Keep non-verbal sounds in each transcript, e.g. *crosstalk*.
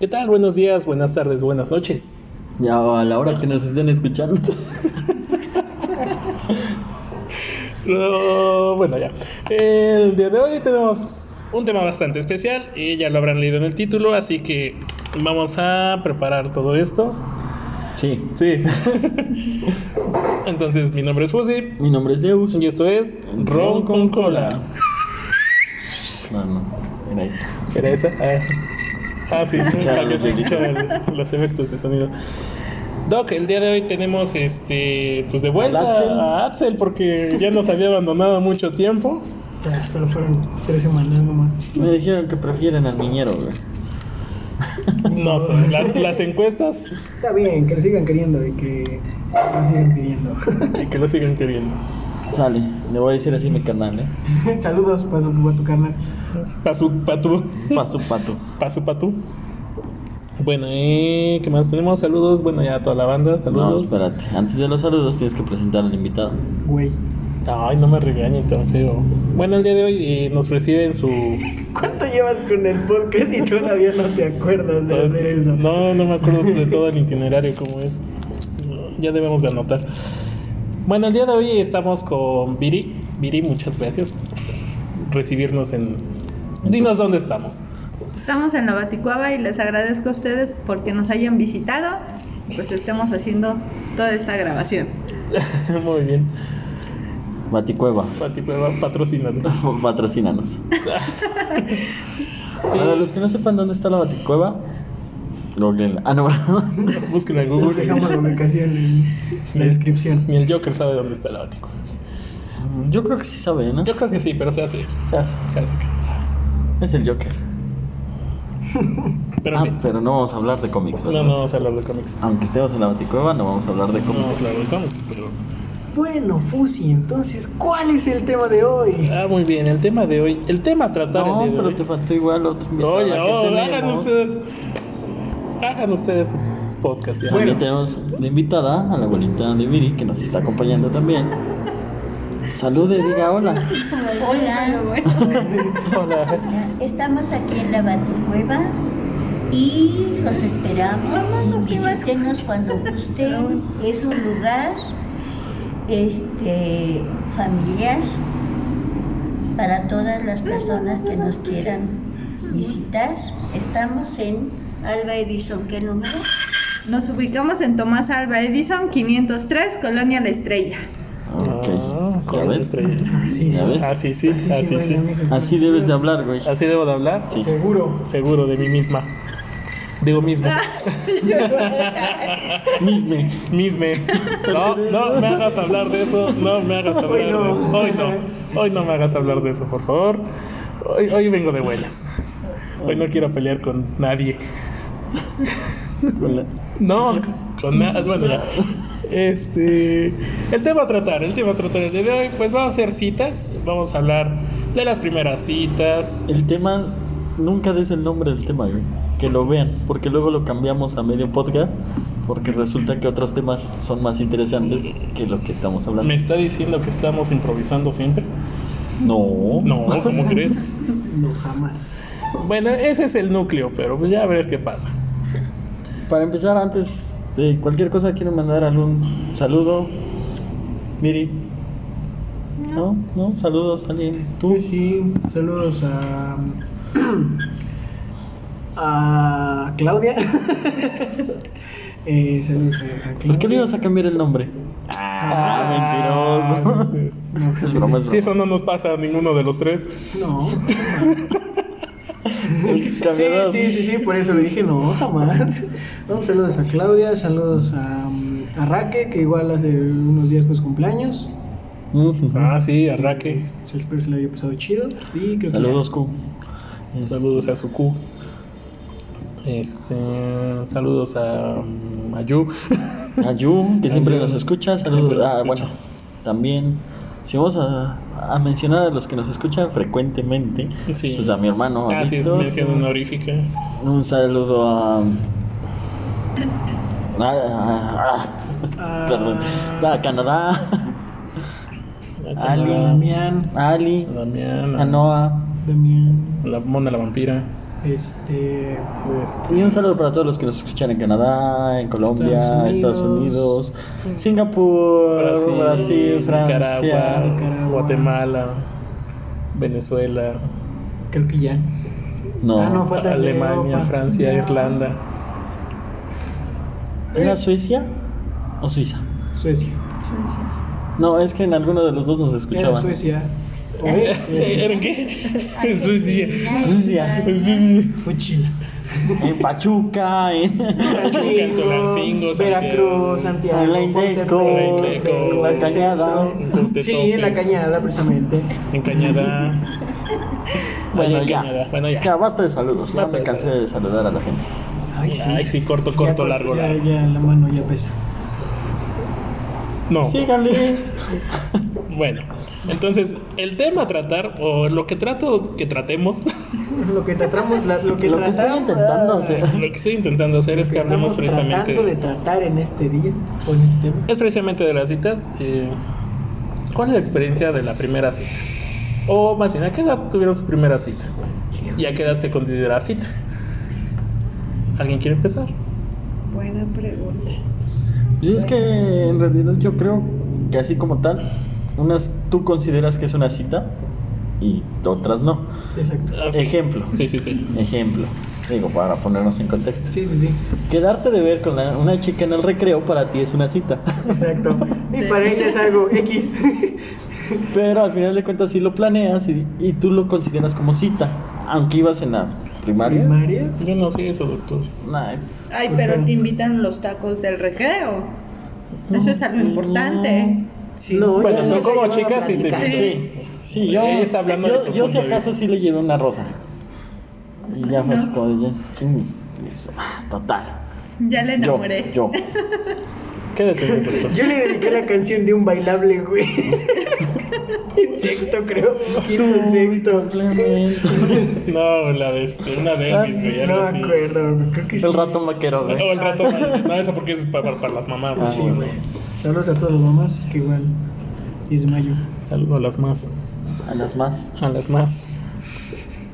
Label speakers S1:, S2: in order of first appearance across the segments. S1: ¿Qué tal? Buenos días, buenas tardes, buenas noches.
S2: Ya a la hora que nos estén escuchando.
S1: Pero, bueno, ya. El día de hoy tenemos un tema bastante especial y ya lo habrán leído en el título, así que vamos a preparar todo esto.
S2: Sí.
S1: Sí. *laughs* Entonces, mi nombre es Fusi
S2: Mi nombre es Deus.
S1: y esto es Ron con Cola.
S2: No, no. Era este. esto.
S1: ¿Era esa? Ah, Ah, sí, sí,
S2: Escucharon
S1: también
S2: los
S1: se
S2: efectos.
S1: escucharon los efectos de sonido. Doc, el día de hoy tenemos este pues de vuelta
S2: Al Axel.
S1: a Axel porque ya nos había abandonado mucho tiempo.
S3: Ya, solo fueron tres semanas nomás.
S2: Me dijeron que prefieren al niñero, güey.
S1: No sé, las, las encuestas
S3: Está bien, que le sigan queriendo y que lo sigan pidiendo. *laughs*
S1: y que lo sigan queriendo.
S2: Sale, le voy a decir así a mi canal, eh.
S3: Saludos para su, para tu carnal.
S1: Pasu, patu,
S2: Paso pato.
S1: pasu, patu. Bueno, eh, ¿qué más tenemos? Saludos, bueno, ya a toda la banda,
S2: No,
S1: saludos.
S2: espérate. Antes de los saludos tienes que presentar al invitado.
S3: Güey.
S1: Ay, no me regañen tan feo. Bueno, el día de hoy eh, nos reciben su...
S3: ¿Cuánto llevas con el podcast y todavía no te acuerdas de hacer eso?
S1: No, no me acuerdo de todo el itinerario como es. Ya debemos de anotar. Bueno, el día de hoy estamos con Viri. Viri, muchas gracias por recibirnos en... Dinos dónde estamos. *laughs*
S4: Estamos en Navaticuaba y les agradezco a ustedes porque nos hayan visitado y pues estemos haciendo toda esta grabación.
S1: Muy bien.
S2: Baticueva. *laughs*
S1: Pati, patrocinando.
S2: Patrocínanos. Para los que no sepan dónde está la Baticueva, googleenla. Ah, no, *laughs*
S1: Busquen en
S3: Nos dejamos la
S1: Google.
S3: ubicación en la descripción.
S1: *laughs* Ni el Joker sabe dónde está el ático.
S2: Mm, Yo creo que sí sabe, ¿no?
S1: Yo creo que sí, pero se hace.
S2: Se hace.
S1: Se hace. que no sabe.
S2: Es el Joker.
S1: Pero
S2: ah,
S1: en fin,
S2: pero no vamos a hablar de cómics,
S1: no,
S2: ¿verdad?
S1: no vamos a hablar de cómics.
S2: Aunque estemos en la Baticueva, no vamos a hablar de
S1: No
S2: cómics.
S1: vamos a hablar de cómics, pero...
S3: Bueno, Fusi, entonces, ¿cuál es el tema de hoy?
S1: Ah, muy bien, el tema de hoy, el tema a tratar
S2: No,
S1: el día de
S2: pero
S1: hoy.
S2: te faltó igual otro invitado.
S1: Oye,
S2: ¿a
S1: oh,
S2: qué
S1: hagan
S2: tenemos?
S1: ustedes, hagan ustedes su podcast ya.
S2: También
S3: Bueno.
S2: tenemos de invitada a la abuelita de Viri, que nos está acompañando también. Salude, diga hola.
S4: Pero
S5: Hola,
S4: bueno,
S1: *laughs* Hola.
S5: estamos aquí en la Baticueva y los esperamos. Visítenos cuando
S4: Ah,
S5: gusten. Es un lugar este, familiar para todas las personas que nos quieran visitar. Estamos en Alba Edison, ¿qué número?
S4: nos ubicamos en Tomás Alba Edison 503, Colonia La Estrella.
S2: Ok,
S1: Ah,
S2: ¿ya
S1: con la
S2: ves?
S1: estrella.
S3: Sí,
S2: ¿Ya ves?
S1: Ah, sí, sí, ah, sí, sí.
S2: Así debes de hablar, güey.
S1: Así debo de hablar,
S2: Sí.
S3: Seguro.
S1: seguro de mí misma. Digo misma.
S2: Misme.
S1: Misme. No, no me hagas hablar de eso. No me hagas hablar
S3: Hoy
S1: de
S3: no.
S1: eso. Hoy no. Hoy no me hagas hablar de eso, por favor. Hoy, hoy vengo de buenas. Hoy no quiero pelear con nadie.
S2: Hola.
S1: No, con nada. Bueno, ya. Este. El tema a tratar, el tema a tratar el día de hoy, pues vamos a hacer citas. Vamos a hablar de las primeras citas.
S2: El tema, nunca des el nombre del tema, güey. Que lo vean, porque luego lo cambiamos a medio podcast, porque resulta que otros temas son más interesantes que lo que estamos hablando.
S1: ¿Me está diciendo que estamos improvisando siempre?
S2: No.
S1: No, ¿cómo
S3: *laughs*
S1: crees?
S3: No, jamás.
S1: Bueno, ese es el núcleo, pero pues ya a ver qué pasa.
S2: Para empezar, antes de cualquier cosa, quiero mandar algún saludo. Miri. No, no, saludos a alguien.
S3: Tú Pues sí, saludos a. *clears throat* a Claudia. *laughs* eh, saludos a, a Claudia.
S2: ¿Por qué le ibas a cambiar el nombre? Ah, *laughs* mentiroso.
S3: No,
S2: Es broma, es
S1: Si eso
S2: broma.
S1: no nos pasa a ninguno de los tres.
S2: *laughs*
S3: No. Sí,
S2: Cambiador.
S3: sí, sí, sí, por eso le dije no, jamás. No, saludos a Claudia, saludos a, mm, a Raque, que igual hace unos días fue su cumpleaños.
S2: Ujú.
S1: Ah, sí, arraque.
S3: Se- Espero se le haya pasado chido. Y creo que
S2: Saludos, Q.
S1: Saludos a Suku. Este, saludos a, mm, a Yu. *laughs*
S2: A Yu, que siempre
S1: Yu.
S2: nos escucha.
S1: Siempre
S2: Saludos.
S1: nos
S2: Ah,
S1: escucha.
S2: bueno, también. Si vamos a, a mencionar a los que nos escuchan frecuentemente,
S1: Sí.
S2: pues a mi hermano. a
S1: Ah, sí, es
S2: Víctor.
S1: mención honorífica.
S2: Un saludo a. a- a- a-
S3: A-
S2: perdón. A Canadá,
S3: A
S2: Ali.
S3: Damián,
S2: a Ali,
S1: Damián.
S2: a Noah,
S3: Damián.
S1: La mona la vampira.
S3: Este.
S2: Y un saludo para todos los que nos escuchan en Canadá, en Colombia, Estados
S3: Estados
S2: Unidos,
S3: Unidos,
S2: Singapur, Brasil, Francia.
S1: Nicaragua,
S3: Nicaragua.
S1: Guatemala, Venezuela,
S3: Creo que ya.
S2: No,
S3: Ah, no, fue- Falta el de
S1: Alemania,
S3: Europa.
S1: Francia, Irlanda.
S2: ¿era Suecia o Suiza?
S3: Suecia.
S2: No, es que en alguno de los dos nos
S3: Era
S2: escuchaban. *laughs*
S3: Suecia. O es
S1: *laughs*
S3: Suecia.
S1: ¿En qué? En Suecia.
S2: Suecia.
S1: En Suecia.
S3: Fue Chile.
S2: En Pachuca, en
S1: Tulancingo, Santiago.
S3: Veracruz, Santiago,
S2: Alentejo,
S3: Coatepec,
S1: Alentejo,
S2: La Cañada.
S1: en Coatepec.
S3: Sí, en la cañada, precisamente.
S1: En Cañada.
S2: Bueno,
S1: Ahí en
S2: ya.
S1: Cañada. Bueno, ya.
S2: Ya, basta de saludos. Ya
S1: Basta
S2: me
S1: de
S2: cansé de
S1: saludos.
S2: saludar a la gente.
S3: Ay, sí.
S1: Ay, sí, corto,
S3: Ya
S1: corto,
S3: cor-
S1: largo,
S3: Ya,
S1: largo.
S3: ya, la mano ya pesa.
S1: No.
S2: Síganle.
S1: Bueno, entonces, el tema a tratar, o lo que trato que tratemos,
S3: *laughs*
S1: *laughs*
S3: Lo que tratamos, la- lo que
S2: Lo que estoy
S3: tratamos,
S2: intentando hacer.
S1: lo que estoy intentando hacer es
S3: lo
S1: que
S3: que
S1: hablemos
S3: estamos
S1: precisamente.
S3: tratando de tratar en este día o en este tema.
S1: Es precisamente de las citas. eh, ¿Cuál es la experiencia de la primera cita? O más bien, ¿a qué edad tuvieron su primera cita? ¿Y a qué edad se considera cita? ¿Alguien quiere empezar?
S4: Buena pregunta.
S2: Y es que en realidad yo creo que así como tal, unas tú consideras que es una cita y otras no.
S3: Exacto.
S1: Ah, sí.
S2: Ejemplo.
S1: Sí, sí, sí.
S2: Ejemplo. Digo, para ponernos en contexto.
S3: Sí, sí, sí.
S2: Quedarte de ver con la- una chica en el recreo para ti es una cita. *laughs*
S3: Exacto. Y para ella es algo X.
S2: Pero al final de cuentas sí lo planeas y, y tú lo consideras como cita. Aunque ibas en la primaria.
S3: Primaria.
S1: Yo no sé eso, doctor.
S2: Nah,
S4: Ay, pero te invitan los tacos del recreo. Eso es algo importante. Sí.
S3: No,
S1: Bueno,
S3: ya
S1: tú
S3: se
S1: como
S3: llevaron
S1: chica
S3: a
S1: sí te-
S3: platicar.
S2: Sí, sí, yo,
S1: Ella está hablando
S2: yo,
S1: de su
S2: yo si
S1: punto de
S2: acaso sí le llevé una rosa. Y ya fue así como, ya, ching, eso, ah, total.
S4: Ya le
S2: Yo,
S4: enamoré.
S2: *laughs* yo.
S1: ¿Qué
S3: *laughs*
S1: detienes, doctor?
S3: Yo le dediqué la canción de un bailable, güey.
S1: *laughs*
S3: en sexto, creo. Quinto, sexto.
S1: No, la de este, una de Elvis, güey, algo
S3: Ah, No me
S1: así.
S3: acuerdo, güey, creo que sí.
S2: El ratón vaquero,
S1: No,
S2: güey.
S1: el rato. No, eso porque es para, para las mamás.
S2: Ah,
S1: güey.
S2: bueno.
S3: Saludos a todos los mamás, que igual 10 de mayo.
S1: Saludo a las más.
S2: A las más.
S1: A las más.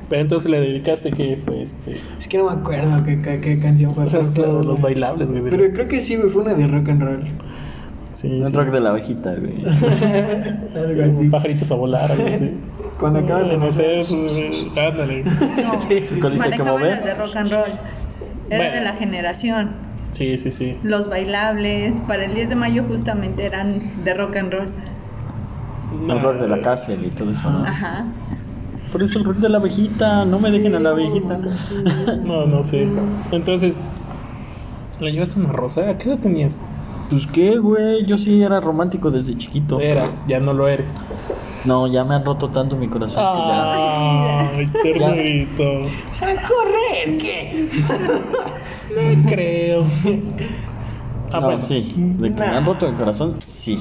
S1: Pero entonces le dedicaste que fue este.
S3: Es que no me acuerdo qué, qué- qué canción fue.
S1: O sea, Pues es
S3: creo que
S1: claro,
S3: una-
S1: los bailables, güey. de-
S3: Pero creo que sí, güey, fue una de rock
S1: *laughs*
S3: and roll.
S1: Sí,
S2: El
S1: sí.
S2: rock de la abejita, güey.
S3: Algo así.
S1: Pajaritos a volar, algo *laughs* así.
S3: Cuando acaban de nacer.
S1: eh, ándale.
S4: No.
S2: *laughs* Su colita que
S4: Manejaban las de
S2: mover.
S4: rock and roll. Era
S1: Bueno.
S4: de la generación.
S1: Sí, sí, sí.
S4: Los bailables, para el 10 de mayo justamente eran de rock and roll.
S2: El rock de la cárcel y todo eso, ¿no?
S4: Ajá.
S2: Por eso el rock de la abejita, no me dejen a la abejita.
S1: No, no sé. Entonces, ¿le llevaste una rosa? ¿A qué edad tenías?
S2: Pues qué, güey, yo sí era romántico desde chiquito.
S1: Eras, ya no lo eres.
S2: No, ya me han roto tanto mi corazón que ya.
S1: Ay, ternurito.
S3: ¡Sal a correr! ¿Qué?
S1: *laughs* No creo. Ah,
S2: no,
S1: bueno.
S2: sí. De que me han roto el corazón, sí.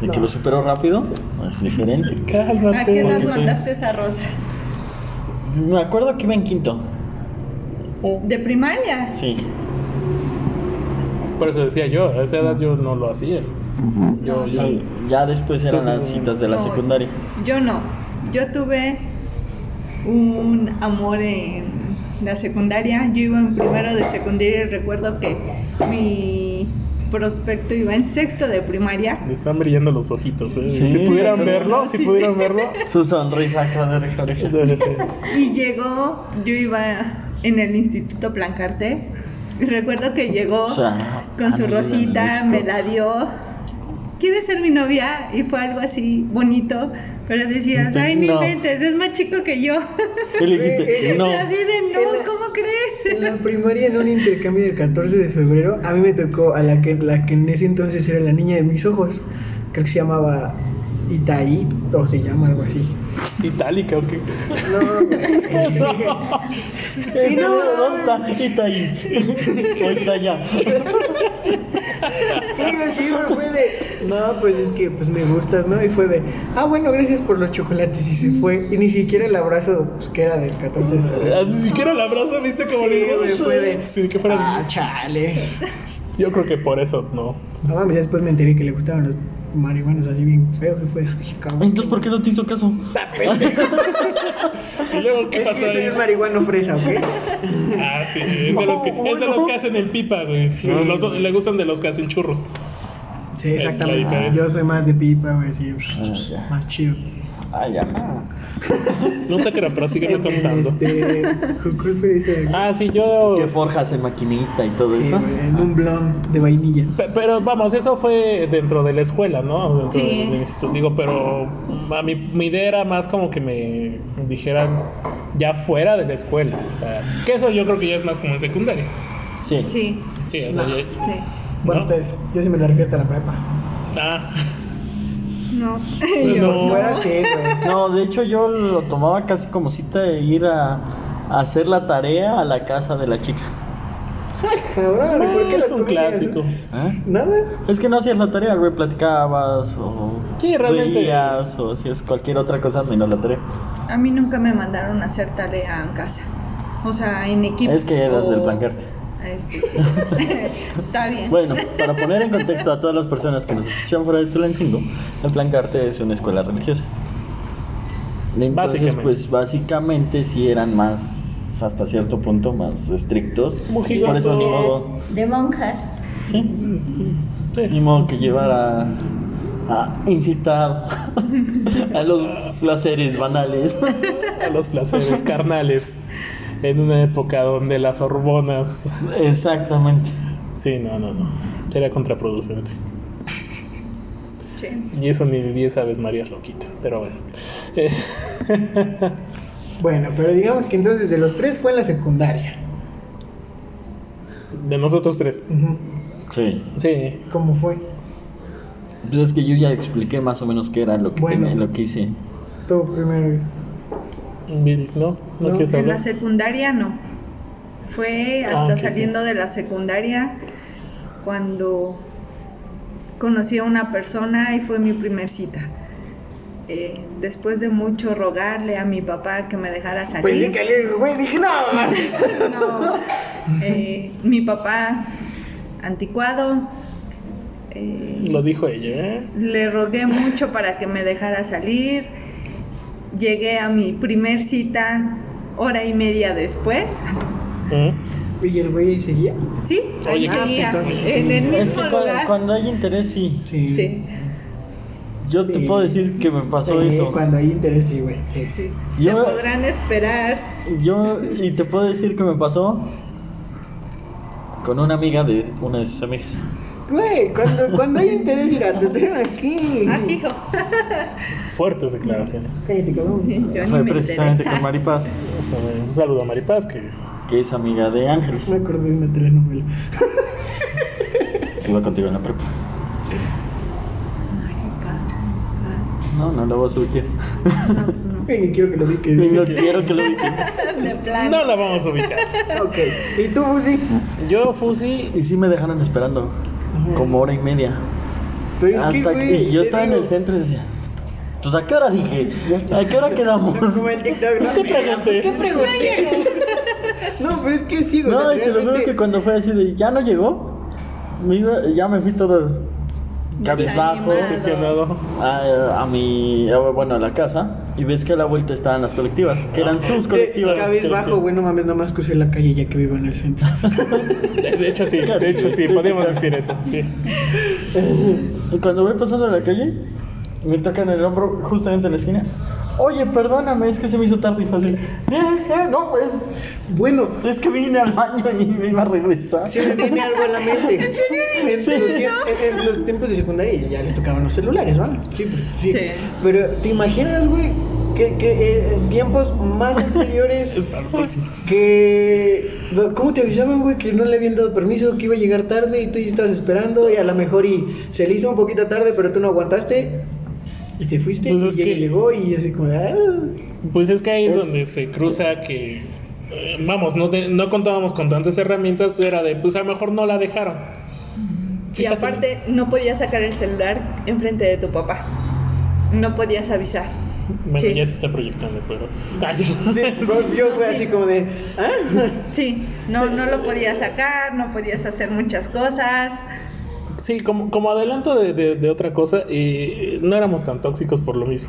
S2: De que lo supero rápido, es diferente.
S4: ¿A qué
S1: Cálmate.
S4: edad
S2: porque sí.
S4: mandaste esa rosa?
S2: Me acuerdo que iba en quinto.
S4: ¿De primaria?
S2: Sí.
S1: Por eso decía yo, a esa edad yo no lo hacía. Yo, yo.
S2: Sí, Ya después eran
S1: Entonces,
S2: las citas de la
S4: No,
S2: secundaria.
S4: Yo no. Yo tuve un amor en la secundaria. Yo iba en primero de secundaria y recuerdo que mi prospecto iba en sexto de primaria.
S1: Le están brillando los ojitos, ¿eh?
S2: Sí.
S1: si pudieran
S2: Sí,
S1: verlo,
S4: pero-
S1: si pudieran verlo.
S2: Su sonrisa acá de oreja a oreja.
S4: Y llegó, yo iba en el Instituto Plancarte. Y recuerdo que llegó
S2: O sea,
S4: con su
S2: amiga de
S4: rosita,
S2: México.
S4: me la dio. ¿Quieres ser mi novia? Y fue algo así bonito. Pero decías,
S2: Dice,
S4: ay, ni
S2: Este, "No".
S4: inventes, es más chico que yo. *laughs*
S2: Y le dijiste,
S3: Eh,
S2: no.
S4: Y así de, no, ¿cómo crees?
S3: En la primaria, en un intercambio del 14 de febrero, a mí me tocó a la que, la que en ese entonces era la niña de mis ojos. Creo que se llamaba Itaí, o se llama algo así.
S1: Itálica, ¿o qué?
S3: No, güey.
S2: Y
S3: no,
S2: ¿Dónde está? Y está ahí. O está allá.
S3: *laughs* Y así güey, fue de, no, pues es que pues me gustas, ¿no? Y fue de, ah, bueno, gracias por los chocolates. Y se fue. Y ni siquiera el abrazo, pues que era del 14 de febrero.
S1: Ah, Ni siquiera la abrazo, ¿viste cómo le digo?
S3: güey, fue de-
S1: Sí, que fuera-
S3: Ah, chale.
S1: Yo creo que por eso no.
S3: No mames, ya después me enteré que le gustaban los marihuanos así bien feos que fue. Ay, cabrón.
S2: Entonces, ¿por qué no te hizo caso?
S1: ¿Y luego qué
S3: Es que
S1: pasó
S3: yo soy
S1: ahí?
S3: un marihuano fresa, ¿ok?
S1: Ah, sí, es de los que, es de los que hacen en pipa, güey.
S2: Sí.
S1: Los- le gustan de los que hacen churros.
S3: Sí,
S1: Es la
S3: exactamente.
S1: diferencia.
S3: yo soy más de pipa, güey, sí.
S2: Ah, ya.
S3: pues, Más chido.
S2: *laughs* Ay, ajá.
S1: No te crean, pero sígueme contando.
S3: Este, *laughs* ¿cuál fue ese?
S1: Ah, sí, yo.
S2: Que forjas en maquinita y todo
S3: Sí,
S2: eso.
S3: güey, en un blond de vainilla.
S1: Pe- Pero vamos, eso fue dentro de la escuela, ¿no? Dentro
S4: Sí.
S1: del instituto, digo, pero a mi, mi idea era más como que me dijeran ya fuera de la escuela. O sea, que eso yo creo que ya es más como en secundaria.
S2: Sí.
S4: *laughs* Sí,
S1: Sí, o sea,
S3: No.
S1: ya-
S4: sí.
S3: Bueno,
S1: ¿No?
S3: pues, yo sí me largué hasta la prepa.
S1: Ah,
S4: No. *laughs*
S1: Pues
S4: Yo,
S1: no.
S3: Fuera sí, güey.
S2: No, de hecho yo lo tomaba casi como cita de ir a, a hacer la tarea a la casa de la chica.
S1: Ah,
S3: Cabrón, ¿por qué
S1: *laughs* es
S3: lo
S1: un
S3: comías?
S1: clásico.
S2: ¿Eh?
S3: Nada.
S2: Es que no hacías la tarea, güey, platicabas o
S1: Sí, realmente.
S2: reías o hacías cualquier otra cosa menos la tarea.
S4: A mí nunca me mandaron a hacer tarea en casa. O sea, en equipo.
S2: Es que eras
S4: o-
S2: del Blancarte.
S4: Este, sí. *laughs* Está bien.
S2: Bueno, para poner en contexto a todas las personas que nos escuchan fuera de Tulancingo, el Blancarte es una escuela religiosa. Entonces,
S1: Básicamente.
S2: pues básicamente sí eran más hasta cierto punto más estrictos. Y Por eso ni modo,
S5: de monjas.
S2: sí, Ni
S1: Sí.
S2: modo que llevar a, a incitar a los placeres banales.
S1: A los placeres carnales. En una época donde las hormonas.
S2: Exactamente.
S1: Sí, no, no, no. Sería contraproducente.
S4: Sí.
S1: Y eso ni 10 aves marías lo quitan, pero bueno. Eh,
S3: Bueno, pero digamos que entonces de los tres fue en la secundaria.
S1: de nosotros tres.
S3: Ujú.
S2: Sí.
S1: Sí,
S3: ¿Cómo fue?
S2: Entonces que yo ya expliqué más o menos qué era lo que,
S3: Bueno.
S2: tenía- lo que hice.
S3: Tú primero. este.
S1: Bien, ¿no? ¿No,
S3: No,
S1: quieres
S4: En la
S1: hablar?
S4: secundaria no. Fue
S1: Ah,
S4: hasta
S1: que sí.
S4: saliendo de la secundaria cuando conocí a una persona y fue mi primer cita. Eh, después de mucho rogarle a mi papá que me dejara salir.
S3: Pensé que le güey, Pues, dije, no, man".
S4: *laughs* No, eh, mi papá anticuado. eh,
S1: Lo dijo ella, ¿eh?
S4: le rogué mucho para que me dejara salir. Llegué a mi primer cita hora y media después.
S1: ¿Eh?
S3: Y el güey ahí seguía.
S4: Sí, ahí
S1: Oye, ah,
S4: seguía,
S3: pues entonces sí.
S4: en el mismo
S2: Es que cuando,
S4: lugar.
S2: cuando hay interés, sí.
S3: Sí.
S4: Sí,
S2: Yo te
S3: Sí.
S2: puedo decir que me pasó
S3: Sí,
S2: eso.
S3: Cuando hay interés, sí, güey. Sí.
S4: sí.
S2: Yo-
S4: Te podrán esperar.
S2: Yo, y te puedo decir que me pasó con una amiga de una de sus amigas.
S3: Güey, cuando, cuando hay interés, mira, te traen aquí.
S4: Ah, hijo. *laughs*
S1: Fuertes declaraciones.
S3: Cállate, cabrón.
S4: Yo
S2: Fue
S4: ni me
S2: precisamente
S4: enteré.
S2: con Maripaz,
S1: Eh, Un saludo a Maripaz, que
S2: que es amiga de Ángeles.
S3: Me acordé de una telenovela.
S2: que Iba contigo en la prepa. No, no lo voy a *laughs* subir.
S3: Güey, quiero que lo digas.
S2: No quiero que lo digas.
S4: De plan.
S1: no la vamos a ubicar.
S3: Ok. ¿Y tú, Busi?
S1: Yo, Fusi,
S2: Y sí me dejaron esperando como hora y media.
S3: Pero es
S2: hasta
S3: que,
S2: que-
S3: güey,
S2: y yo
S3: te
S2: estaba en
S3: digo,
S2: el centro y decía, pues a qué hora dije, a qué hora
S3: *laughs*
S2: quedamos.
S3: Como el TikTok, *laughs* ¿no?
S1: ¿Pues qué pregunté?
S3: ¿Pues qué pregunté? No, pero es que sí, güey. o
S2: No,
S3: sea,
S2: y te lo juro
S3: realmente-
S2: que cuando fue así de, ya no llegó, me iba- ya me fui todo cabizbajo
S4: Desanimado.
S1: decepcionado.
S2: a, a mi, a- bueno, a la casa, y ves que a la vuelta estaban las colectivas, que eran
S3: Ah.
S2: sus colectivas.
S3: Cabez bajo, güey, no mames, nomás crucé la calle ya que vivo en el centro.
S1: De, de hecho, sí, de hecho, sí, podemos decir eso. Sí.
S2: Y cuando voy pasando a la calle, me tocan el hombro justamente en la esquina. Oye, perdóname, es que se me hizo tarde y fácil. no, pues,
S3: Bueno,
S2: es que vine al baño y me iba a regresar.
S3: se me viene algo a la mente. En, los, tiemp- en- en los tiempos de secundaria ya les tocaban los celulares, ¿no? Sí, pues, sí.
S4: Sí.
S3: Pero, ¿te imaginas, güey, que, que eh, en tiempos más anteriores
S1: Es para el próximo.
S3: que... do- ¿Cómo te avisaban, güey, que no le habían dado permiso, que iba a llegar tarde y tú ya estabas esperando y a lo mejor y se le hizo un poquito tarde, pero tú no aguantaste y te fuiste
S1: Pues
S3: y
S1: es
S3: llega-
S1: que-
S3: llegó y así como... "Ah".
S1: Pues es que ahí es,
S3: Es-
S1: donde se cruza que. eh, Vamos, no, te- no contábamos con tantas herramientas, era de, pues a lo mejor no la dejaron.
S4: Y
S1: Fíjate.
S4: aparte, no podías sacar el celular enfrente de tu papá. No podías avisar.
S1: Bueno,
S4: Sí.
S1: ya se está proyectando, pero. Ah, *laughs* sí.
S3: Sí, *laughs* yo fue así como de... "Ah".
S4: Sí, no, no lo podías sacar, no podías hacer muchas cosas.
S1: Sí, como, como adelanto de, de- de otra cosa, eh, no éramos tan tóxicos por lo mismo.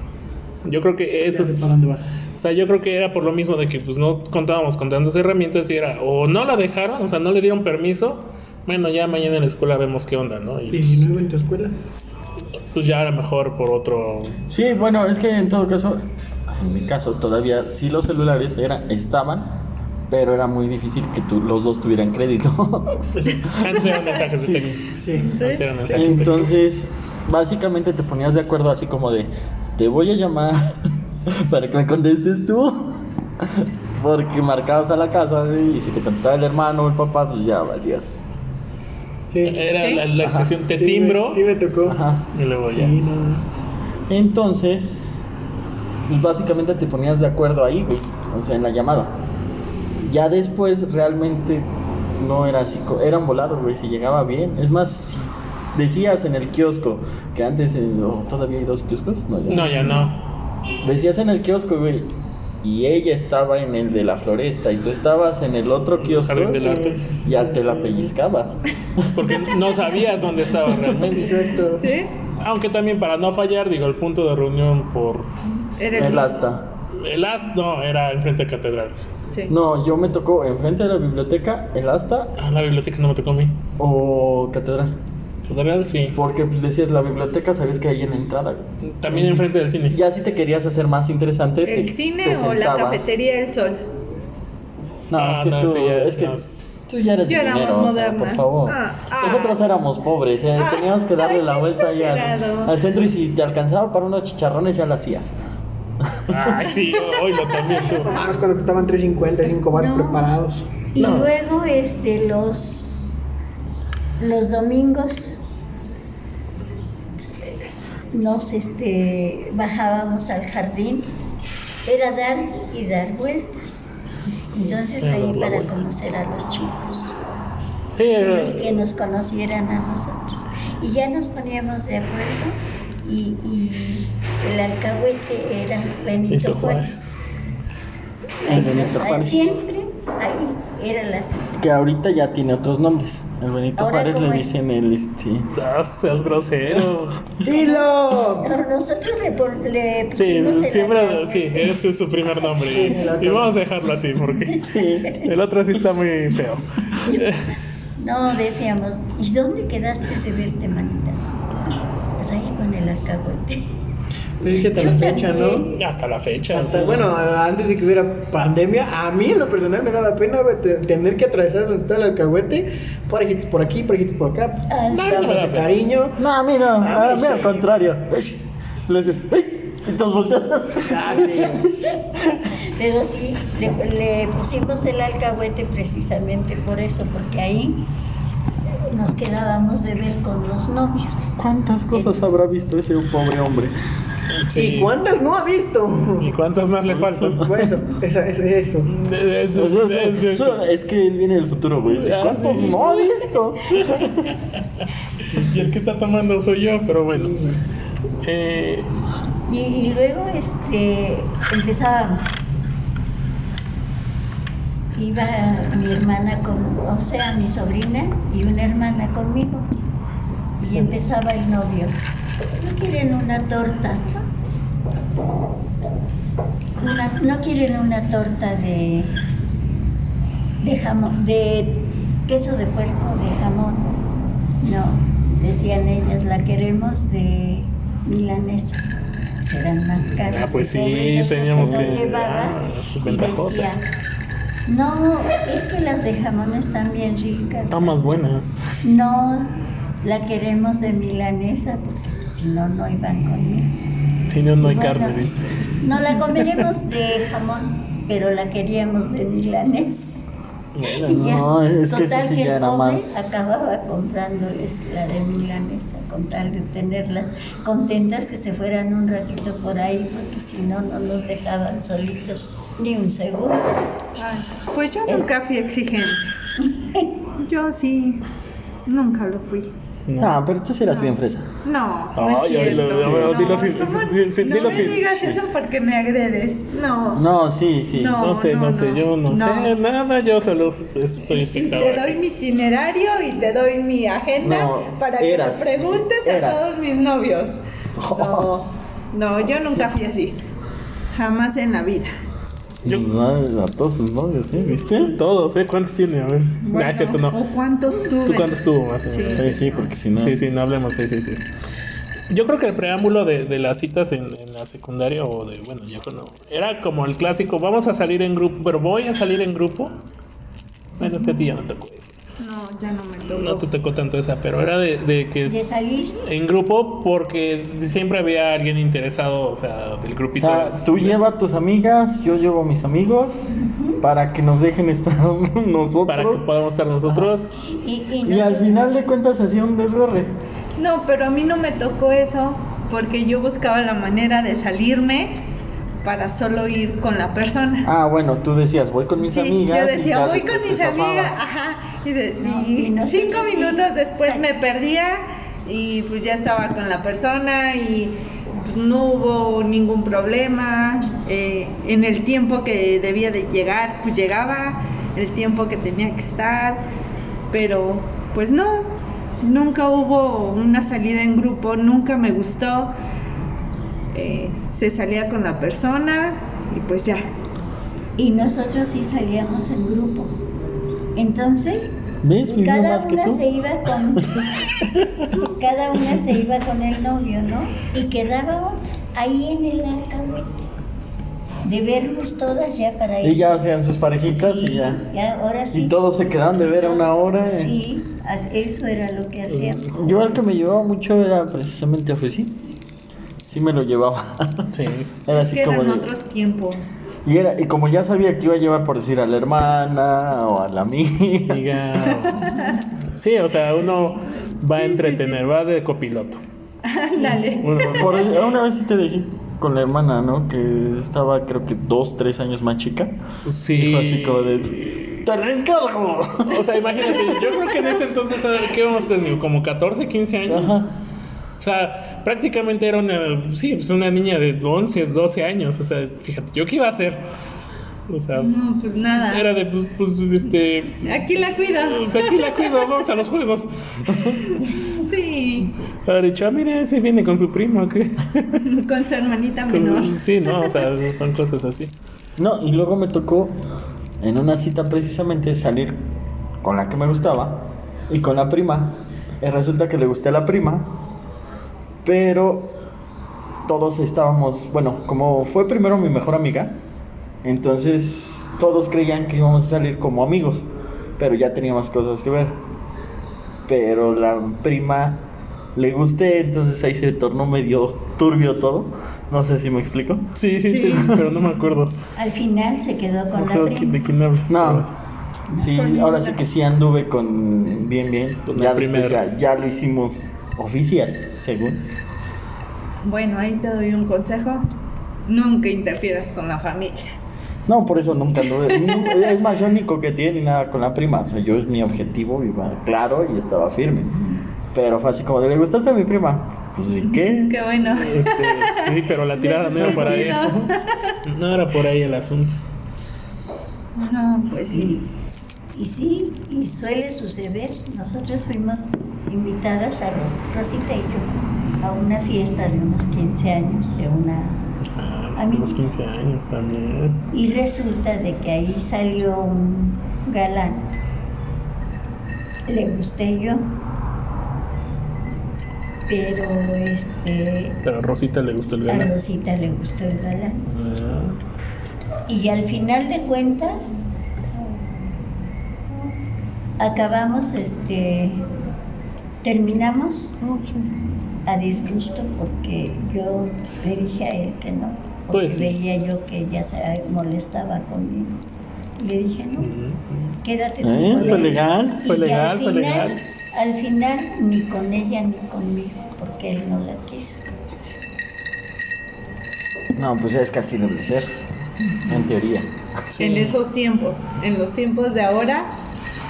S1: Yo creo que eso
S3: Ya sé
S1: es...
S3: para dónde vas.
S1: O sea, yo creo que era por lo mismo de que pues no contábamos con tantas herramientas y era o no la dejaron, o sea, no le dieron permiso. Bueno, ya mañana en la escuela vemos qué onda, ¿no? Y
S3: 19 en tu escuela.
S1: pues ya a lo mejor por otro...
S2: Sí, bueno, es que en todo caso, en mi caso todavía, sí los celulares era, estaban, pero era muy difícil que tú- los dos tuvieran crédito.
S1: Antes eran mensajes de
S2: Sí.
S1: texto.
S3: Sí.
S1: Antes eran
S2: *laughs* Sí,
S1: mensajes de texto.
S2: Entonces, básicamente te ponías de acuerdo así como de, te voy a llamar *laughs* para que me contestes tú. *laughs* Porque marcabas a la casa güey, y si te contestaba el hermano o el papá, pues ya valías.
S3: Sí.
S1: Era
S4: Sí.
S1: la, la
S2: Ajá.
S1: expresión te
S3: Sí,
S1: timbro
S3: me- Sí, me tocó.
S2: Ajá.
S1: y luego ya.
S3: Sí, no.
S2: Entonces, pues básicamente te ponías de acuerdo ahí, güey, o sea, en la llamada. Ya después realmente no era así, co- era un volado, güey, si llegaba bien. Es más, si decías en el kiosco, que antes, eh, o todavía hay dos kioscos, no, ya.
S1: No, ya no.
S2: Decías en el kiosco, güey, y ella estaba en el de la floresta y tú estabas en el otro kiosco,
S1: Jardín del arte.
S2: ya te la pellizcabas.
S1: Porque no sabías dónde estaba
S3: Sí,
S1: realmente.
S3: Exacto.
S4: ¿Sí?
S1: Aunque también para no fallar, digo, el punto de reunión por...
S4: Era
S2: El
S4: el
S2: asta.
S1: El as no, era enfrente de catedral.
S4: Sí.
S2: No, yo me tocó enfrente de la biblioteca, el asta
S1: Ah, la biblioteca no me tocó a mí.
S2: o catedral.
S1: Catedral sí.
S2: Porque pues decías la biblioteca, sabías que ahí en la entrada. güey.
S1: También enfrente del cine.
S2: Ya si te querías hacer más interesante,
S4: ¿El
S2: te-
S4: cine
S2: te
S4: o la
S2: sentabas.
S4: cafetería El Sol?
S2: No,
S1: Ah,
S2: es que
S1: no,
S2: tú,
S1: sí, ya,
S2: es que
S1: no.
S2: tú ya eres
S4: Yo era más
S2: dinero, o sea,
S4: moderna.
S2: por favor.
S4: Ah, ah.
S2: Nosotros éramos pobres, eh,
S4: Ah,
S2: teníamos que darle
S4: ay,
S2: la
S4: qué
S2: vuelta ahí al,
S4: exagerado.
S2: al centro y si te alcanzaba para unos chicharrones ya la hacías.
S1: Ay, sí, hoy lo también tú.
S3: Ah, es cuando costaban 3.50, 5 bares
S5: No.
S3: preparados.
S5: Y
S1: No.
S5: luego este los los domingos nos este bajábamos al jardín era dar y dar vueltas entonces
S1: Era
S5: ahí
S1: dar la
S5: para
S1: vuelta.
S5: conocer a los chicos
S1: Sí, eh, era-
S5: los que nos conocieran a nosotros y ya nos poníamos de acuerdo y, y el alcahuete era
S1: Benito
S5: Benito
S1: Juárez.
S5: Juárez
S2: El
S5: Ahí
S2: Benito
S5: nos- ahí
S2: Juárez.
S5: siempre ahí era la cita
S2: Que ahorita ya tiene otros nombres. El Benito
S5: Ahora,
S2: Juárez le
S5: ¿cómo es?
S2: dicen el este.
S1: Ah, seas grosero.
S3: ¡Dilo!
S5: No, nosotros le, pon- le
S1: Sí,
S5: pusimos el
S1: siempre,
S5: alcahuete.
S1: sí, eh. ese es su primer nombre. Y, y vamos a dejarlo así porque
S2: Sí.
S1: el otro sí está muy feo.
S5: No, decíamos, ¿y dónde quedaste de verte, manita? Pues ahí con el alcahuete. *laughs*
S3: Me dije hasta la
S5: Yo
S3: fecha, ¿no?
S5: también.
S1: Hasta la fecha.
S3: Hasta,
S1: sí.
S3: bueno, antes de que hubiera pandemia, a mí en lo personal me daba pena güey, te- tener que atravesar donde está el alcahuete. Parejitos por aquí, parejitos por acá.
S5: Ah, sí.
S1: no me da
S3: Dándose
S1: pena.
S3: cariño.
S2: No, mira,
S3: Ah,
S2: a mí al
S3: sí.
S2: contrario. Le dices, ¡ay! Y todos voltean.
S3: Ah, sí.
S5: Pero sí, le, le pusimos el alcahuete precisamente por eso, porque ahí nos quedábamos de ver con los novios.
S2: ¿Cuántas cosas habrá visto ese pobre hombre?
S1: Sí.
S3: ¿Y cuántas no ha visto?
S1: ¿Y cuántas más le faltan?
S3: *laughs* Por eso, esa, es eso.
S1: De- de su-
S2: Pues, O sea,
S1: de su-
S2: su- su- es que él viene del futuro, güey.
S1: Ah,
S2: ¿Cuántos
S1: sí.
S2: no ha
S4: *laughs*
S2: visto?
S1: Y el que está tomando soy yo, pero bueno. Eh,
S5: Y, y luego este, empezábamos. Iba mi hermana con, o sea, mi sobrina y una hermana conmigo. Y empezaba el novio. No quieren una torta. Una- no quieren una torta de, de jamón, de queso de puerco, de jamón. No, decían ellas, la queremos de milanesa. Serán más caras.
S1: Ah, pues sí,
S5: Entonces, ella
S1: teníamos
S5: se lo
S1: que-
S5: llevaba
S1: ah,
S5: y
S1: ventajosas.
S5: decía, no, es que las de jamón están bien ricas.
S1: están más buenas.
S5: No, la queremos de milanesa, porque pues, si no, no iban conmigo.
S1: Si no, no hay
S5: Bueno,
S1: carne, dice.
S5: pues, No la comeremos de jamón, pero la queríamos de milanesa. Y ya,
S2: No, es que eso
S5: total
S2: sí
S5: que
S2: ya
S5: el
S2: era
S5: pobre
S2: más.
S5: acababa comprándoles la de milanesa con tal de tenerlas contentas que se fueran un ratito por ahí, porque si no, no los dejaban solitos ni un segundo.
S4: Ay, pues yo nunca fui exigente. Yo sí, nunca lo fui.
S1: No.
S2: Ah, pero tú sí eras
S4: No.
S2: bien fresa.
S4: No, no
S1: Ay,
S4: es
S1: ay,
S4: cierto.
S1: lo-
S2: lo-
S4: no,
S1: dilo sin-
S4: ¿cómo?
S1: sin- sin-
S4: No
S1: dilo
S4: me
S1: sin-
S4: digas eso porque me agredes. No.
S2: No, sí, sí. *laughs*
S4: No.
S1: No sé, no,
S4: no,
S1: sé,
S4: no.
S1: yo no,
S4: No.
S1: sé nada, yo solo s- soy
S4: Y
S1: espectador.
S4: te doy mi itinerario y te doy mi agenda
S2: No,
S4: para que
S2: eras,
S4: le preguntes a
S2: eras.
S4: todos mis novios.
S1: Oh.
S4: No, no, yo nunca fui así. Jamás en la vida.
S1: Yo-
S2: Pues, ah, a todos sus novios, ¿eh? ¿Viste?
S1: Todos, ¿eh? ¿Cuántos tiene? A ver. No,
S4: Bueno,
S1: Ah, es cierto, no.
S4: ¿O cuántos tuve?
S1: ¿Tú cuántos tuvo más o
S4: Sí.
S1: menos?
S2: Sí, sí, porque si no.
S1: Sí, sí, no hablemos, sí, sí, sí. Yo creo que el preámbulo de, de las citas en, en la secundaria o de, bueno, yo cuando... Era como el clásico, vamos a salir en grupo, pero voy a salir en grupo. Bueno, es que a ti ya no te tocó eso.
S4: No, ya no me tocó.
S1: No te tocó tanto esa, pero era de, de que...
S5: De
S1: es-
S5: salir,
S1: En grupo porque siempre había alguien interesado, o sea, del
S2: O
S1: grupito.
S2: sea, Ah, tú lleva a tus amigas, yo llevo a mis amigos para que nos dejen estar *laughs* nosotros.
S1: Para que podamos estar nosotros.
S5: y, y
S2: Y al final de cuentas hacía un desgorre.
S4: No, pero a mí no me tocó eso porque yo buscaba la manera de salirme para solo ir con la persona.
S2: Ah, bueno, tú decías, voy con mis
S4: Sí,
S2: amigas.
S4: yo
S2: y ya
S4: decía, voy
S2: después
S4: con
S2: te
S4: mis
S2: zafabas.
S4: amigas, ajá, y, de-
S5: No,
S4: y
S5: y nosotros
S4: cinco
S5: sí.
S4: minutos después me perdía y pues ya estaba con la persona y pues, no hubo ningún problema. eh, en el tiempo que debía de llegar, pues llegaba, el tiempo que tenía que estar, pero pues no, nunca hubo una salida en grupo, nunca me gustó. eh, se salía con la persona y pues ya,
S5: y nosotros sí salíamos en grupo. Entonces,
S2: ¿Ves? Vivió
S5: cada
S2: más que
S5: una
S2: tú.
S5: se iba con
S2: *laughs*
S5: cada una se iba con el novio, ¿no? Y quedábamos ahí en el alcahuete de vernos todas ya para ir.
S2: Y ya hacían sus parejitas
S5: Sí,
S2: y ya.
S5: ahora sí.
S2: Y todos se quedaban de ver a una hora. eh.
S5: Sí, as- eso era lo que hacíamos.
S2: Yo al que me llevaba mucho era precisamente a Fusi. Sí me lo llevaba. *laughs*
S1: Sí.
S2: Era
S4: Es
S2: así
S4: que
S2: como
S4: eran
S2: de-
S4: otros tiempos. *laughs*
S2: y, era, y como ya sabía que iba a llevar por decir a la hermana o a la amiga.
S1: Diga. Sí, o sea, uno va a entretener, va de copiloto.
S4: Ándale.
S1: Uno-
S2: Por, una vez sí te dejé con la hermana, ¿no? Que estaba creo que dos, tres años más chica.
S1: sí.
S2: Dijo así como de... ¡Te la encargo!
S1: O sea, imagínate, yo creo que en ese entonces, ¿qué hemos tenido? Como 14, 15 años.
S2: Ajá.
S1: O sea, prácticamente era una, sí, pues una niña de 11, 12 años. O sea, fíjate, ¿yo qué iba a hacer? O sea,
S4: No, pues nada.
S1: era de, pues, pues, pues, este...
S4: Aquí la cuido.
S1: Pues aquí la cuido, vamos a los juegos.
S4: *laughs* Sí,
S1: Ha dicho, ah, mira, ese viene con su primo, ¿qué?
S4: con su hermanita
S1: Con-
S4: menor.
S2: *laughs*
S1: Sí, no, o sea, son cosas así.
S2: No, y luego me tocó en una cita precisamente salir con la que me gustaba y con la prima. Eh, resulta que le gusté a la prima, pero todos estábamos, bueno, como fue primero mi mejor amiga, entonces todos creían que íbamos a salir como amigos, pero ya teníamos cosas que ver. Pero la prima le gusté, entonces ahí se tornó medio turbio todo. No sé si me explico.
S1: Sí, sí,
S4: Sí.
S1: sí, pero no me acuerdo.
S5: Al final se quedó con
S1: No
S5: la
S1: creo que- de
S5: prima.
S1: quién hablas.
S2: No. Sí,
S4: Con
S2: ahora
S4: ninguna.
S2: sí que sí anduve con bien bien.
S1: Con
S2: ya,
S1: la primera.
S2: después ya, ya lo hicimos oficial, según.
S4: Bueno, ahí te doy un consejo. Nunca interfieras con la familia.
S2: No, por eso nunca anduve. nu- es más, yo ni coqueteé ni nada con la prima. O sea, yo es mi objetivo, iba claro y estaba firme. Pero fue así como de, ¿le gustaste a mi prima? Pues, ¿y qué?
S4: Qué bueno.
S1: Este, sí, pero la tirada no era por ahí. *laughs* No era por ahí el asunto.
S4: No, pues
S5: Y,
S4: sí.
S5: y sí, y suele suceder. Nosotros fuimos invitadas a Ros- Rosita y yo a una fiesta de unos 15 años de una
S1: Ah,
S5: A mí-
S1: los 15 años también.
S5: y resulta de que ahí salió un galán. Le gusté yo. Pero este
S1: Pero a Rosita le gustó el
S5: a
S1: galán.
S5: Rosita le gustó el galán.
S1: Ah,
S5: Y al final de cuentas, acabamos, este, terminamos a disgusto porque yo le dije a él que no, porque
S1: Pues sí.
S5: veía yo que ella se molestaba conmigo. Le dije, no, quédate tú
S2: ¿Eh?
S5: con
S2: Fue
S5: ella".
S2: legal,
S5: Y
S1: fue
S5: al
S1: legal, fue
S5: final-
S1: legal.
S5: Al final, ni con ella ni conmigo, porque él no la quiso.
S2: No, pues es que así debe ser. En teoría.
S1: Ah, sí.
S4: En esos tiempos, en los tiempos de ahora,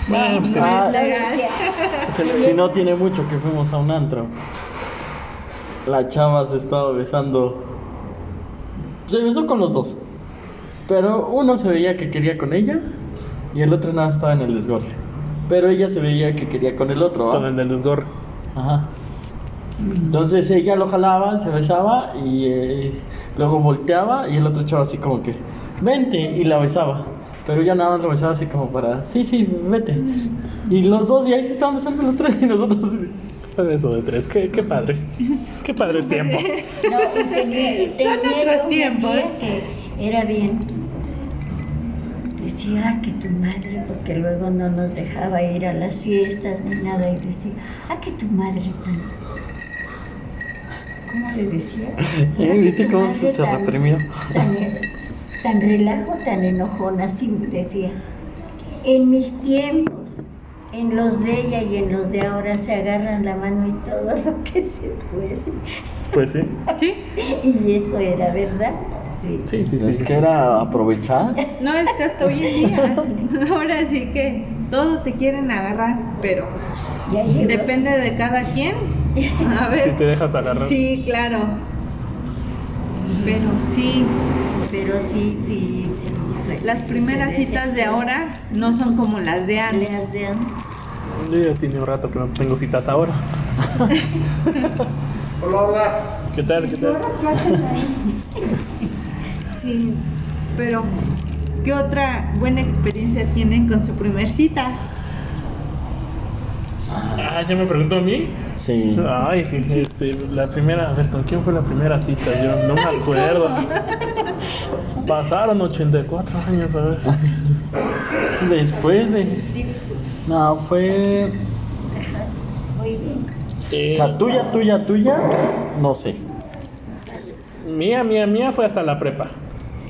S1: Bueno, pues,
S4: No
S2: Ah.
S4: es legal.
S2: Se- Si no tiene mucho que fuimos a un antro. La chava se estaba besando. Se besó con los dos. Pero uno se veía que quería con ella y el otro nada estaba en el desgorre. Pero ella se veía que quería con el otro. ¿va?
S1: con el del desgorro.
S2: Ajá. Entonces ella lo jalaba, se besaba y eh, luego volteaba y el otro chavo así como que, vente, y la besaba. Pero ella nada más lo besaba así como para, sí, sí, vete. Y los dos, y ahí se estaban besando los tres y nosotros...
S1: Un Beso de tres, qué, qué padre. Qué padre
S5: *laughs* Pues
S1: es tiempo.
S5: No, y tenía, tenía
S4: otros
S5: yo una
S4: tiempos.
S5: tía que era bien. Decía "Ah, que tu madre, porque luego no nos dejaba ir a las fiestas ni nada, y decía, ah, que tu madre tan. ¿Cómo le decía?
S2: *laughs* ¿Eh? ¿Viste
S5: Tu
S2: cómo
S5: madre
S2: se, se
S5: tan-
S2: reprimió?
S5: Tan, tan relajo, tan enojona, siempre decía. En mis tiempos, en los de ella y en los de ahora se agarran la mano y todo *laughs* lo que se puede.
S1: Pues sí.
S4: ¿Sí?
S5: *laughs* Y eso era verdad, sí.
S1: Sí, sí, sí.
S2: "Pues Es
S1: sí,
S2: que
S1: sí.
S2: era aprovechar.
S4: No es que hasta hoy
S1: *laughs*
S4: en día. ¿eh? Ahora sí que todo te quieren agarrar, pero
S5: Ya llegó.
S4: depende de cada quien. A ver.
S1: Si te dejas agarrar.
S4: Sí, claro. Pero sí,
S5: *laughs* Pero sí, sí, sí, suele
S4: las primeras
S5: suceder.
S4: citas de ahora no son como las de antes.
S5: Las de antes.
S1: Yo ya tiene un rato que no tengo citas ahora.
S3: Hola, hola.
S1: ¿Qué tal? ¿Qué tal?
S4: Sí, pero ¿qué otra buena experiencia tienen con su primer cita?
S1: Ah, ya me preguntó a mí.
S2: Sí.
S1: Ay, este, la primera, a ver, ¿con quién fue la primera cita? Yo no me
S4: *laughs*
S1: acuerdo. Pasaron 84 años, a
S2: *laughs*
S1: ver.
S2: Después de... No, fue...
S5: Muy bien.
S2: O
S1: Eh,
S2: sea, tuya, tuya, tuya, no sé.
S1: mía, mía, mía fue hasta la prepa.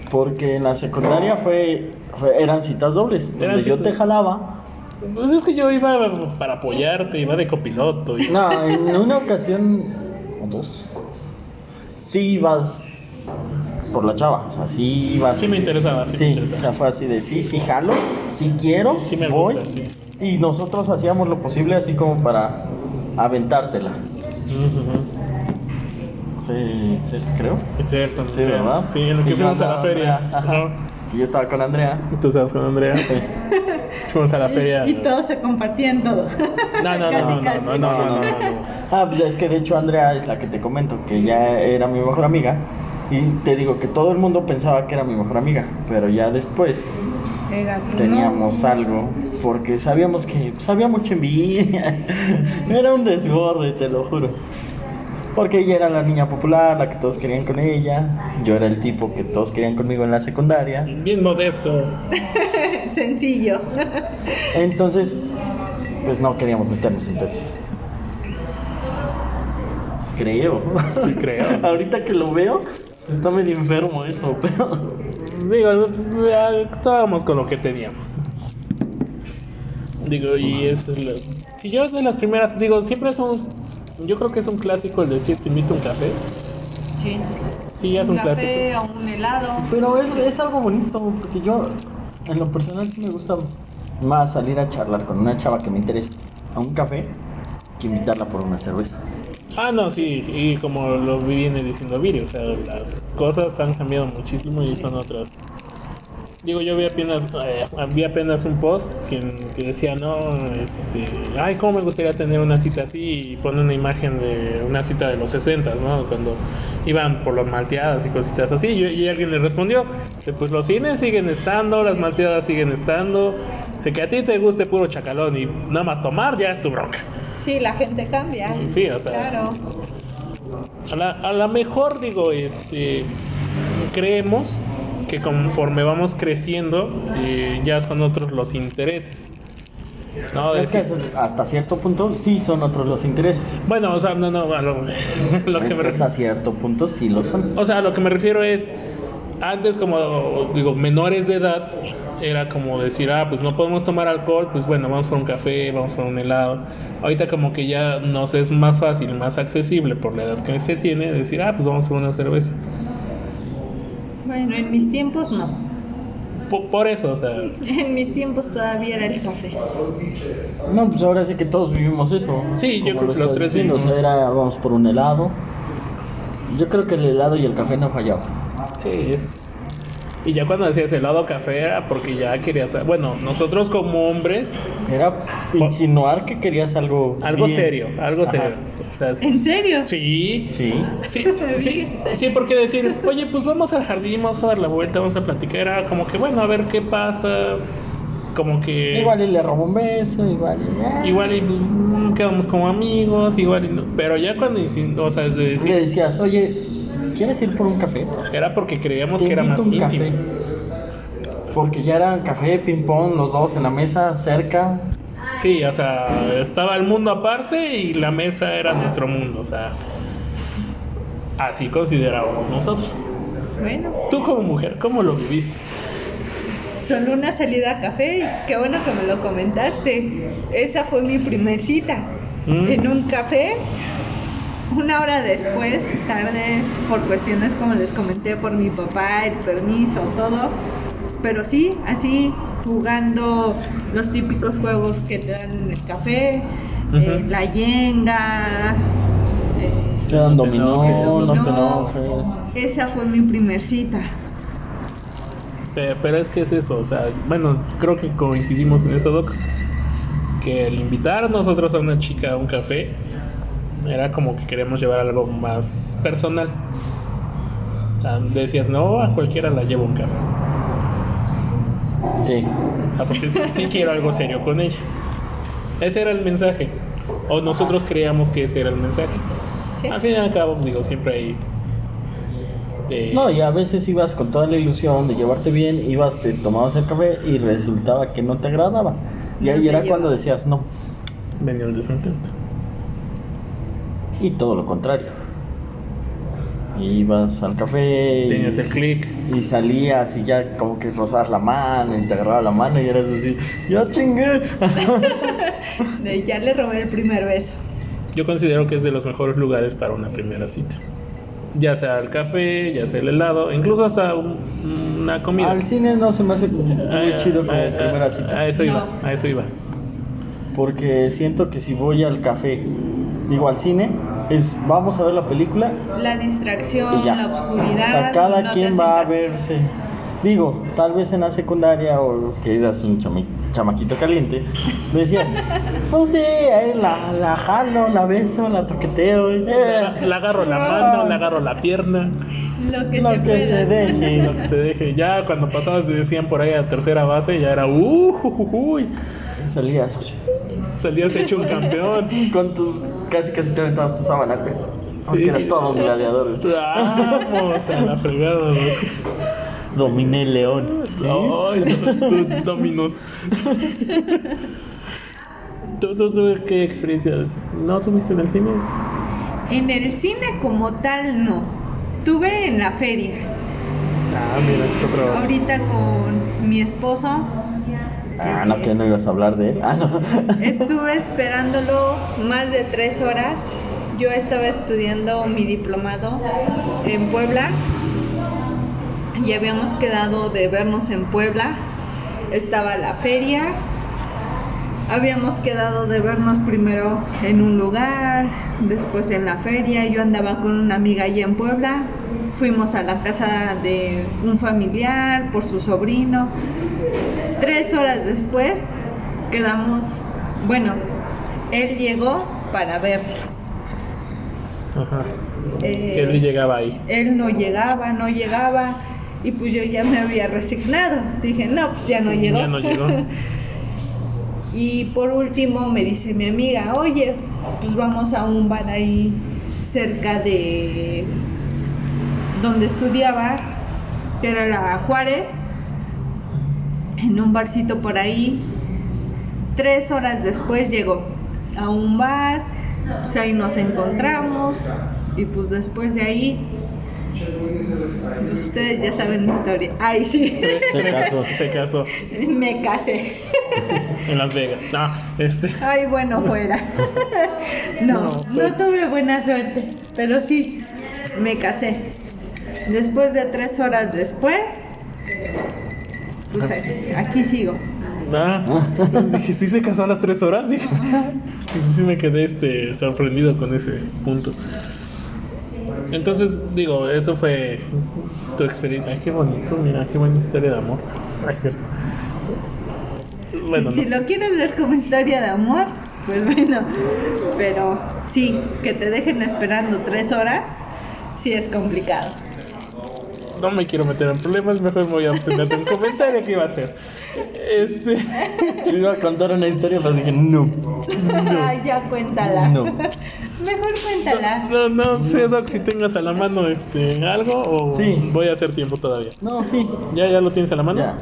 S2: Porque en la secundaria fue, fue- eran citas dobles,
S1: Eran
S2: donde yo
S1: citas-
S2: te jalaba.
S1: Pues es que yo iba para apoyarte, iba de copiloto.
S2: *laughs*
S1: y-
S2: No, en una ocasión o dos. Sí ibas por la chava, o sea, sí ibas.
S1: Sí me interesaba, sí
S2: Sí,
S1: me
S2: o
S1: interesaba.
S2: sea, fue así de sí, sí jalo, sí quiero,
S1: Sí me
S2: voy.
S1: gusta, sí.
S2: Y nosotros hacíamos lo posible así como para aventártela.
S1: Ujú.
S2: Sí, sí, creo.
S1: Es cierto,
S2: Sí,
S1: Andrea.
S2: ¿verdad?
S1: Sí, en lo
S2: Y
S1: que
S2: yo
S1: fuimos a la
S2: andaba-
S1: feria.
S2: Ajá.
S1: Ajá.
S2: Y yo estaba con Andrea.
S1: Tú sabes con Andrea.
S2: Sí.
S1: Fuimos a la feria.
S4: Y todos se compartían todo.
S1: No, no, no, no,
S4: Casi,
S1: no, no, no, no, no.
S2: Ah, pues es que de hecho Andrea es la que te comento, que ya era mi mejor amiga. Y te digo que todo el mundo pensaba que era mi mejor amiga, pero ya después
S4: Era tu
S2: teníamos algo, porque sabíamos que pues, había mucha envidia. *laughs* era un desgorre, te lo juro. Porque ella era la niña popular, la que todos querían con ella. Yo era el tipo que todos querían conmigo en la secundaria.
S1: Bien modesto.
S4: novio. *laughs* Sencillo.
S2: Entonces, pues no queríamos meternos en pedos. Creo.
S1: Sí, creo.
S2: *laughs* Ahorita que lo veo, está medio enfermo eso, pero.
S1: Pues Digo, actuábamos con lo que teníamos. Digo, y es. lo- Si yo es de las primeras, digo, siempre es un. Yo creo que es un clásico el decir te invito a un café.
S4: Sí.
S1: Sí, ya es un clásico.
S4: café o un helado.
S2: Pero es, es algo bonito, porque yo, en lo personal, sí me gusta más salir a charlar con una chava que me interese a un café que invitarla por una cerveza.
S1: Ah, no, sí, y como lo viene diciendo Viri, o sea, las cosas han cambiado muchísimo y son otras. Digo, yo vi apenas, eh, vi apenas un post que, que decía, no, este, ay, cómo me gustaría tener una cita así y pone una imagen de una cita de los 60, ¿no? Cuando iban por las malteadas y cositas así, y, y alguien le respondió, que, pues los cines siguen estando, las malteadas siguen estando, sé que a ti te guste puro chacalón y nada más tomar ya es tu bronca.
S4: Sí, la gente cambia.
S1: Sí, o sea.
S4: Claro.
S1: A la, a la mejor digo, este, creemos que conforme vamos creciendo eh, ya son otros los intereses. No,
S2: Es que
S1: decir,
S2: hasta cierto punto sí son otros los intereses.
S1: bueno, o sea, no, no, a lo, *laughs* lo
S2: Es
S1: que me
S2: que hasta
S1: refiero,
S2: cierto punto sí lo son.
S1: o sea, a lo que me refiero es antes como digo menores de edad era como decir ah pues no podemos tomar alcohol pues bueno vamos por un café vamos por un helado ahorita como que ya nos es más fácil más accesible por la edad que se tiene decir ah pues vamos por una cerveza
S4: Bueno, en mis tiempos no.
S1: po- por eso, o sea,
S4: En mis tiempos todavía era el café.
S2: No, pues ahora sí que todos vivimos eso.
S1: Sí, yo
S2: Como
S1: creo que los
S2: estoy
S1: tres
S2: diciendo, o sea,
S1: vivimos.
S2: era, vamos por un helado. Yo creo que el helado y el café no fallaban.
S1: sí, es... Y ya cuando hacías helado café era porque ya querías... Bueno, nosotros como hombres,
S2: Era insinuar que querías algo.
S1: algo
S2: bien.
S1: serio, algo
S2: Ajá.
S1: serio. O sea, sí,
S4: ¿En serio?
S1: sí,
S2: Sí.
S1: Sí, sí, sí, porque decir, oye, pues vamos al jardín, vamos a dar la vuelta, vamos a platicar, era como que, bueno, a ver qué pasa, como que...
S2: Igual y le robó un beso, igual y.
S1: Eh.
S2: eh.
S1: Igual y pues mm, quedamos como amigos, igual y no- Pero ya cuando hicimos, o sea, de
S2: Y le
S1: decir,
S2: decías, oye, ¿quieres ir por un café?
S1: era porque creíamos
S2: Te
S1: que era más
S2: invito a un
S1: íntimo.
S2: café. Porque ya eran café, ping-pong, los dos en la mesa, cerca.
S1: Sí, o sea, estaba el mundo aparte y la mesa era nuestro mundo, o sea, así considerábamos nosotros.
S4: Bueno,
S1: Tú como mujer, ¿cómo lo viviste?
S4: solo una salida a café y qué bueno que me lo comentaste. Esa fue mi primer cita.
S1: Mm.
S4: En un café. Una hora después, tarde, por cuestiones como les comenté, por mi papá, el permiso, todo. Pero sí, así, jugando los típicos juegos que te dan en el café,
S1: Ujú.
S4: eh, la yenga. eh,
S2: Te dan
S1: No te enojes,
S2: dominó, no te
S4: dominó.
S2: enojes.
S4: Esa fue mi primer cita.
S1: Eh, pero es que es eso, o sea, bueno, creo que coincidimos en eso, Doc. Que el invitar nosotros a una chica a un café era como que queríamos llevar algo más personal. O sea, decías, no, a cualquiera la llevo a un café.
S2: Sí.
S1: O sea, Ah, porque sí, sí quiero algo serio con ella. Ese era el mensaje. O nosotros creíamos que ese era el mensaje.
S4: Sí.
S1: Al fin y al cabo, digo, siempre hay. eh,
S2: No, y a veces ibas con toda la ilusión de llevarte bien, ibas, te tomabas el café y resultaba que no te agradaba. Y
S4: No
S2: ahí
S4: te
S2: era
S4: llevaba.
S2: cuando decías no.
S1: venía el desencanto.
S2: Y todo lo contrario. Ibas al café. y-
S1: Tenías el click.
S2: Y salías y ya como que rozabas la mano y te agarraba la mano y eras así, ya chingué.
S4: De ya le robé el primer beso.
S1: Yo considero que es de los mejores lugares para una primera cita. Ya sea el café, ya sea el helado, incluso hasta un- una comida.
S2: Al cine no se me hace muy
S1: Ah,
S2: chido como
S1: ah,
S2: primera
S1: ah, A
S2: cita.
S1: eso iba,
S4: No.
S1: a eso iba.
S2: Porque siento que si voy al café, digo al cine, es vamos a ver la película
S4: La distracción,
S2: y ya.
S4: la
S2: o
S4: oscuridad.
S2: sea, cada
S4: no te
S2: quien
S4: hacen
S2: va a
S4: caso.
S2: verse. Digo, tal vez en la secundaria o que eras un chami- chamaquito caliente, decías, no sé, ahí la, la jalo, la beso, la toqueteo. eh,
S1: Le agarro la
S2: ah,
S1: mano, le agarro la pierna,
S4: Lo que
S2: lo
S4: se
S2: que
S4: pueda.
S2: se dé.
S1: y
S2: *laughs*
S1: lo que se deje. Ya cuando pasabas, decían por ahí a tercera base, ya era uh, uy,
S2: Salías así,
S1: salías hecho un campeón.
S2: con tu, casi casi te aventabas tu sábana, güey. Porque
S1: Sí.
S2: eras todo un gladiador. güey.
S1: Vamos, a la fregada, güey.
S2: Dominé el león.
S1: Ay, tú, tú, dominos. ¿Tú, tú, tú, qué experiencias? ¿No tuviste en el cine?
S4: En el cine como tal no. Tuve en la feria.
S1: Ah, mira, es otro.
S4: Ahorita con mi esposo
S2: Ah, no, que no ibas a hablar de él.
S1: *laughs*
S2: Ah, no.
S4: estuve esperándolo más de tres horas. Yo estaba estudiando mi diplomado en Puebla y habíamos quedado de vernos en Puebla. Estaba la feria. Habíamos quedado de vernos primero en un lugar, después en la feria. Yo andaba con una amiga allí en Puebla. Fuimos a la casa de un familiar por su sobrino. Tres horas después quedamos, bueno, él llegó para vernos.
S1: Ajá.
S4: Eh,
S1: Él llegaba ahí.
S4: él no llegaba, no llegaba, y pues yo ya me había resignado. Dije, no, pues ya no llegó.
S1: Ya no
S2: *laughs*
S1: llegó.
S4: y por último me dice mi amiga, oye, pues vamos a un bar ahí cerca de donde estudiaba, que era la Juárez, en un barcito por ahí. Tres horas después llegó a un bar, pues ahí nos encontramos y pues después de ahí pues ustedes ya saben mi historia. Ay, sí. *laughs*
S2: Se casó.
S1: Se casó
S4: Me casé.
S1: en Las Vegas. No, este.
S4: Ay, bueno, fuera. No,
S1: No, fue-
S4: no tuve buena suerte, pero sí, me casé. Después de tres horas después, pues eh, aquí sigo.
S2: *laughs*
S1: Ah, dije, sí se casó a las tres horas. Dije, *laughs* sí, sí me quedé este, sorprendido con ese punto. Entonces, digo, eso fue tu experiencia. Ay, qué bonito, mira, qué buena historia de amor. Ay, cierto. Bueno,
S4: si
S1: no.
S4: lo quieres ver como historia de amor, pues bueno. Pero sí, que te dejen esperando tres horas, sí es complicado.
S1: No me quiero meter en problemas, mejor me voy a abstener del comentario que iba a hacer. Este,
S2: Yo iba a contar una historia, pero dije, no.
S4: *laughs* Ay, ya cuéntala.
S2: No.
S4: *laughs* Mejor cuéntala.
S1: no, no sé, Doc, si tengas a la mano este, algo o
S2: Sí.
S1: voy a hacer tiempo todavía.
S2: No, sí.
S1: ¿Ya, ya lo tienes a la mano?
S2: Ya.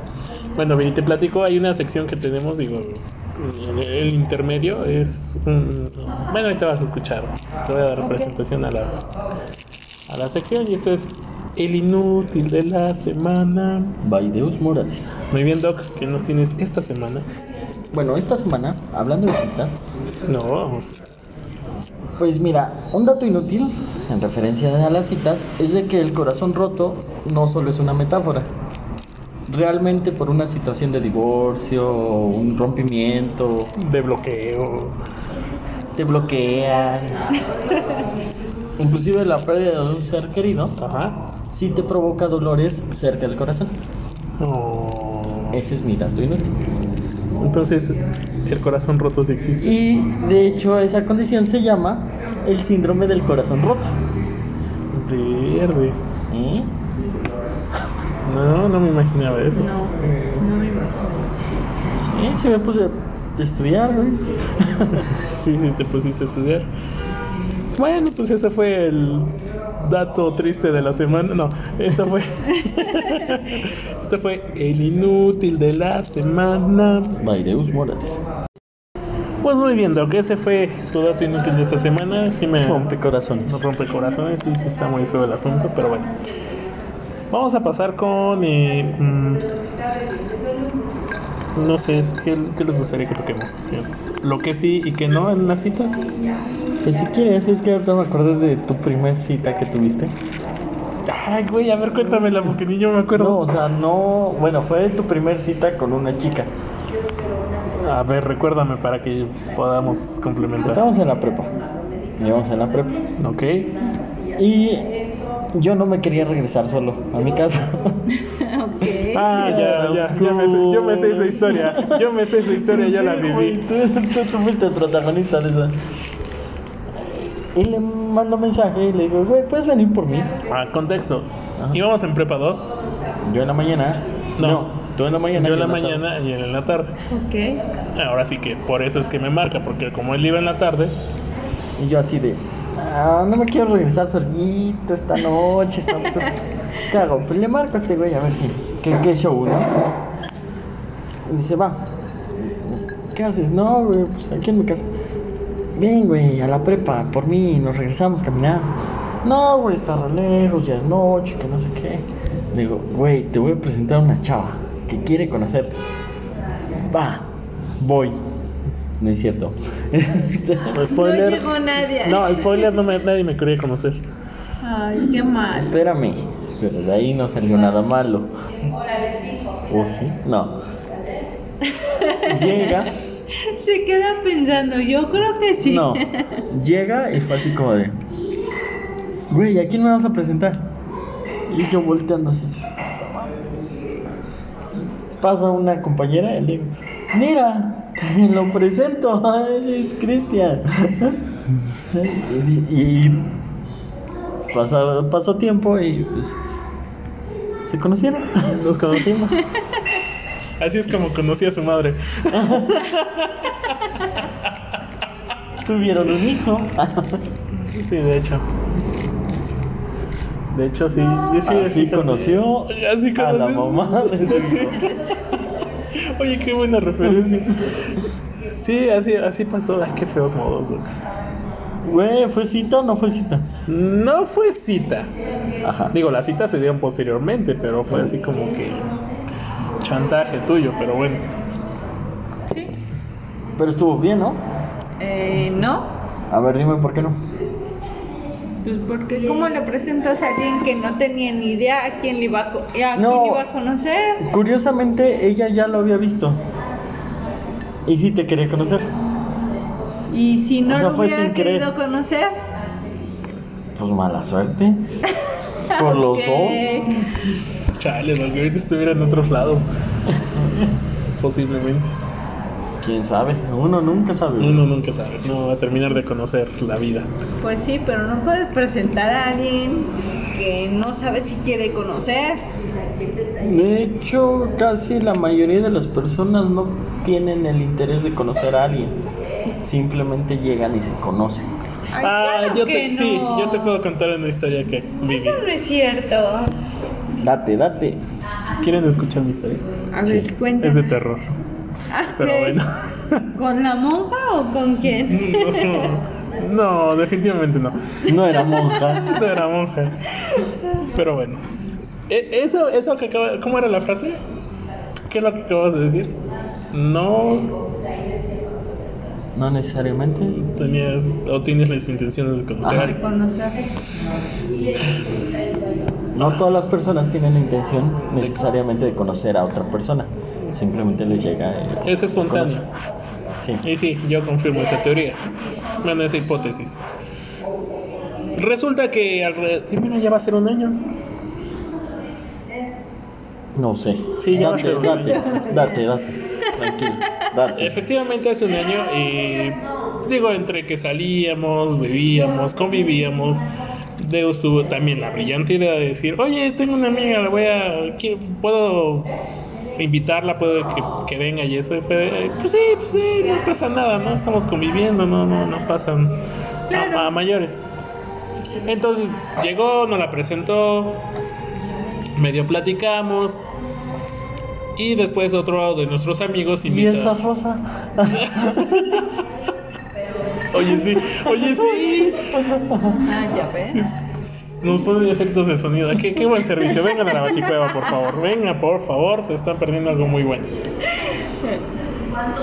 S1: Bueno, bien, te platico, hay una sección que tenemos, digo, el, el intermedio es un... Bueno, ahí te vas a escuchar, te voy a dar
S4: Ok.
S1: presentación a la, a la sección y esto es el inútil de la semana.
S2: Baideus Morales.
S1: Muy bien, Doc, ¿qué nos tienes esta semana?
S2: Bueno, esta semana, hablando de citas,
S1: No,
S2: pues mira, un dato inútil en referencia a las citas es de que el corazón roto no solo es una metáfora. Realmente por una situación de divorcio, o un rompimiento,
S1: de bloqueo.
S2: te bloquean. Inclusive la pérdida de un ser querido
S1: Ajá.
S2: sí te provoca dolores cerca del corazón.
S1: Oh.
S2: Ese es mi dato inútil.
S1: Entonces, el corazón roto sí existe.
S2: Y de hecho esa condición se llama el síndrome del corazón roto.
S1: Verde.
S2: ¿Mm?
S1: No, no me imaginaba eso.
S4: No, no me imagino. *laughs*
S2: Sí, sí me puse a estudiar, güey.
S1: Sí, sí, te pusiste a estudiar. Bueno, pues ese fue el dato triste de la semana. No, esto fue. esto fue el inútil de la semana.
S2: Baireus Morales.
S1: Pues muy bien, Doc, ese fue tu dato inútil de esta semana. Sí me
S2: Rompe corazones.
S1: nos rompe corazones, sí, sí está muy feo el asunto, pero bueno. Vamos a pasar con. eh, mm, no sé, ¿qué, qué les gustaría que toquemos? Lo que sí y que no en las citas.
S2: Pues si quieres, es que ahorita me acuerdo de tu primer cita que tuviste.
S1: Ay, güey, a ver, cuéntamela, porque ni yo me
S2: No,
S1: acuerdo.
S2: o sea, no. Bueno, fue tu primer cita con una chica.
S1: A ver, recuérdame para que podamos complementar.
S2: Estábamos en la prepa. Íbamos en la prepa.
S1: Ok.
S2: Y yo no me quería regresar solo a mi
S1: *laughs*
S2: casa.
S4: Ok.
S1: Ah, ya, ya, ya me sé, yo me sé esa historia. Yo me sé esa historia, ya la
S2: Sí,
S1: viví.
S2: güey, Tú, tú, tú fuiste el protagonista de esa. Y le mando mensaje y le digo, güey, ¿puedes venir por mí?
S1: Ah, contexto.
S2: Ajá.
S1: Íbamos en prepa 2,
S2: Yo en la mañana.
S1: No.
S2: tú en la
S1: yo
S2: mañana.
S1: en la
S2: tarde.
S1: mañana y él en la tarde.
S4: Ok.
S1: Ahora sí que por eso es que me marca, porque como él iba en la tarde,
S2: Y yo así de, ah, no me quiero regresar solito esta noche. Esta... ¿Qué hago? Pues le marco a este güey a ver si. ¿Qué, qué show, no? Y dice, va. ¿Qué haces? No, güey, pues aquí en mi casa. Ven, güey, a la prepa, por mí, nos regresamos a caminar. No, güey, está re lejos, ya es noche, que no sé qué. Le digo, güey, te voy a presentar a una chava que quiere conocerte. Va, voy. No es cierto.
S1: spoiler.
S4: No llegó nadie.
S1: No, spoiler, no me- nadie me quería conocer.
S4: Ay, qué mal.
S2: Espérame, pero de ahí no salió nada malo. ¿O sí? No. Llega.
S4: Se queda pensando, yo creo que sí. *laughs*
S2: No. Llega y fue así como de. Güey, ¿a quién me vas a presentar? Y yo volteando así. Pasa una compañera y le digo, mira, te lo presento, *laughs* él es Cristian. *laughs* y, y pasa- pasó tiempo y pues, se conocieron. *laughs*
S1: Nos conocimos. Así es como conocí a su madre.
S2: Tuvieron un hijo.
S1: Sí, de hecho. De hecho, sí. Yo sí
S2: Así
S1: fíjate.
S2: conoció
S1: Así
S2: a la
S1: conocí-
S2: mamá de su
S1: *laughs* Sí.
S2: hijo.
S1: Oye, qué buena referencia. Sí, así, así pasó. Ay, qué feos modos. Doc.
S2: Güey, ¿fue cita o no fue cita?
S1: No fue cita.
S2: Ajá.
S1: Digo, las citas se dieron posteriormente, pero fue así como que chantaje tuyo, pero bueno.
S4: Sí.
S2: Pero estuvo bien, ¿no?
S4: Eh, no.
S2: A ver, dime por qué no.
S4: Pues porque ¿cómo le presentas a alguien que no tenía ni idea a quién le iba a, co- a quién
S2: No.
S4: iba a conocer?
S2: Curiosamente, ella ya lo había visto. Y sí te quería conocer.
S4: Y si no
S2: O sea,
S4: lo
S2: fue
S4: hubiera
S2: sin querer.
S4: querido conocer,
S2: Pues mala suerte. Por los dos.
S4: que-
S1: Chale, no, que ahorita estuviera en otro
S2: *laughs*
S1: lado. Posiblemente.
S2: ¿Quién sabe? Uno nunca sabe.
S1: Uno nunca sabe. No va a terminar de conocer la vida.
S4: Pues sí, pero no puedes presentar a alguien que no sabe si quiere conocer.
S2: De hecho, casi la mayoría de las personas no tienen el interés de conocer a alguien. Simplemente llegan y se conocen.
S4: Ay, claro
S1: Ah, yo
S4: que
S1: te,
S4: no.
S1: sí, yo te puedo contar una historia que viví.
S4: Eso no es cierto.
S2: Date, date.
S1: ¿Quieren escuchar mi historia?
S4: A
S2: Sí,
S4: ver, cuéntame.
S1: Es de terror,
S4: Ah,
S1: pero
S4: ok. *laughs*
S1: bueno.
S4: ¿Con la monja o con quién? *laughs*
S1: No, definitivamente no.
S2: No era *laughs* monja.
S1: No era monja. Pero bueno. E- Eso, eso que acaba, ¿Cómo era la frase? ¿Qué es lo que acabas de decir? No
S2: No necesariamente.
S1: tenías o tienes las intenciones de conocer a
S2: Ajá.
S1: alguien.
S4: Conocer.
S2: No todas las personas tienen la intención necesariamente de conocer a otra persona. Simplemente les llega. el-
S1: Es espontáneo.
S2: Sí.
S1: Y sí, yo confirmo esa teoría. Bueno, esa hipótesis. Resulta que alrededor... Sí, mira, ya va a ser un año.
S2: No sé.
S1: Sí, ya
S2: date,
S1: sé.
S2: date, date, date. Tranquilo, date.
S1: Efectivamente hace un año y digo entre que salíamos, bebíamos, convivíamos, Deus tuvo también la brillante idea de decir, oye, tengo una amiga, la voy a, qui- puedo invitarla, puedo que, que venga y eso y fue, de, pues sí, pues sí, no pasa nada, no estamos conviviendo, no, no, no pasan a-
S4: Claro.
S1: a mayores. Entonces llegó, nos la presentó, medio platicamos. Y después otro de nuestros amigos
S2: ¿Y
S1: invita.
S2: esa rosa?
S1: Oye, sí, oye, sí.
S4: Ah, ya ves.
S1: Nos ponen efectos de sonido. Qué, qué buen servicio. Vengan a la Baticueva, por favor. Venga, por favor. Se están perdiendo algo muy bueno.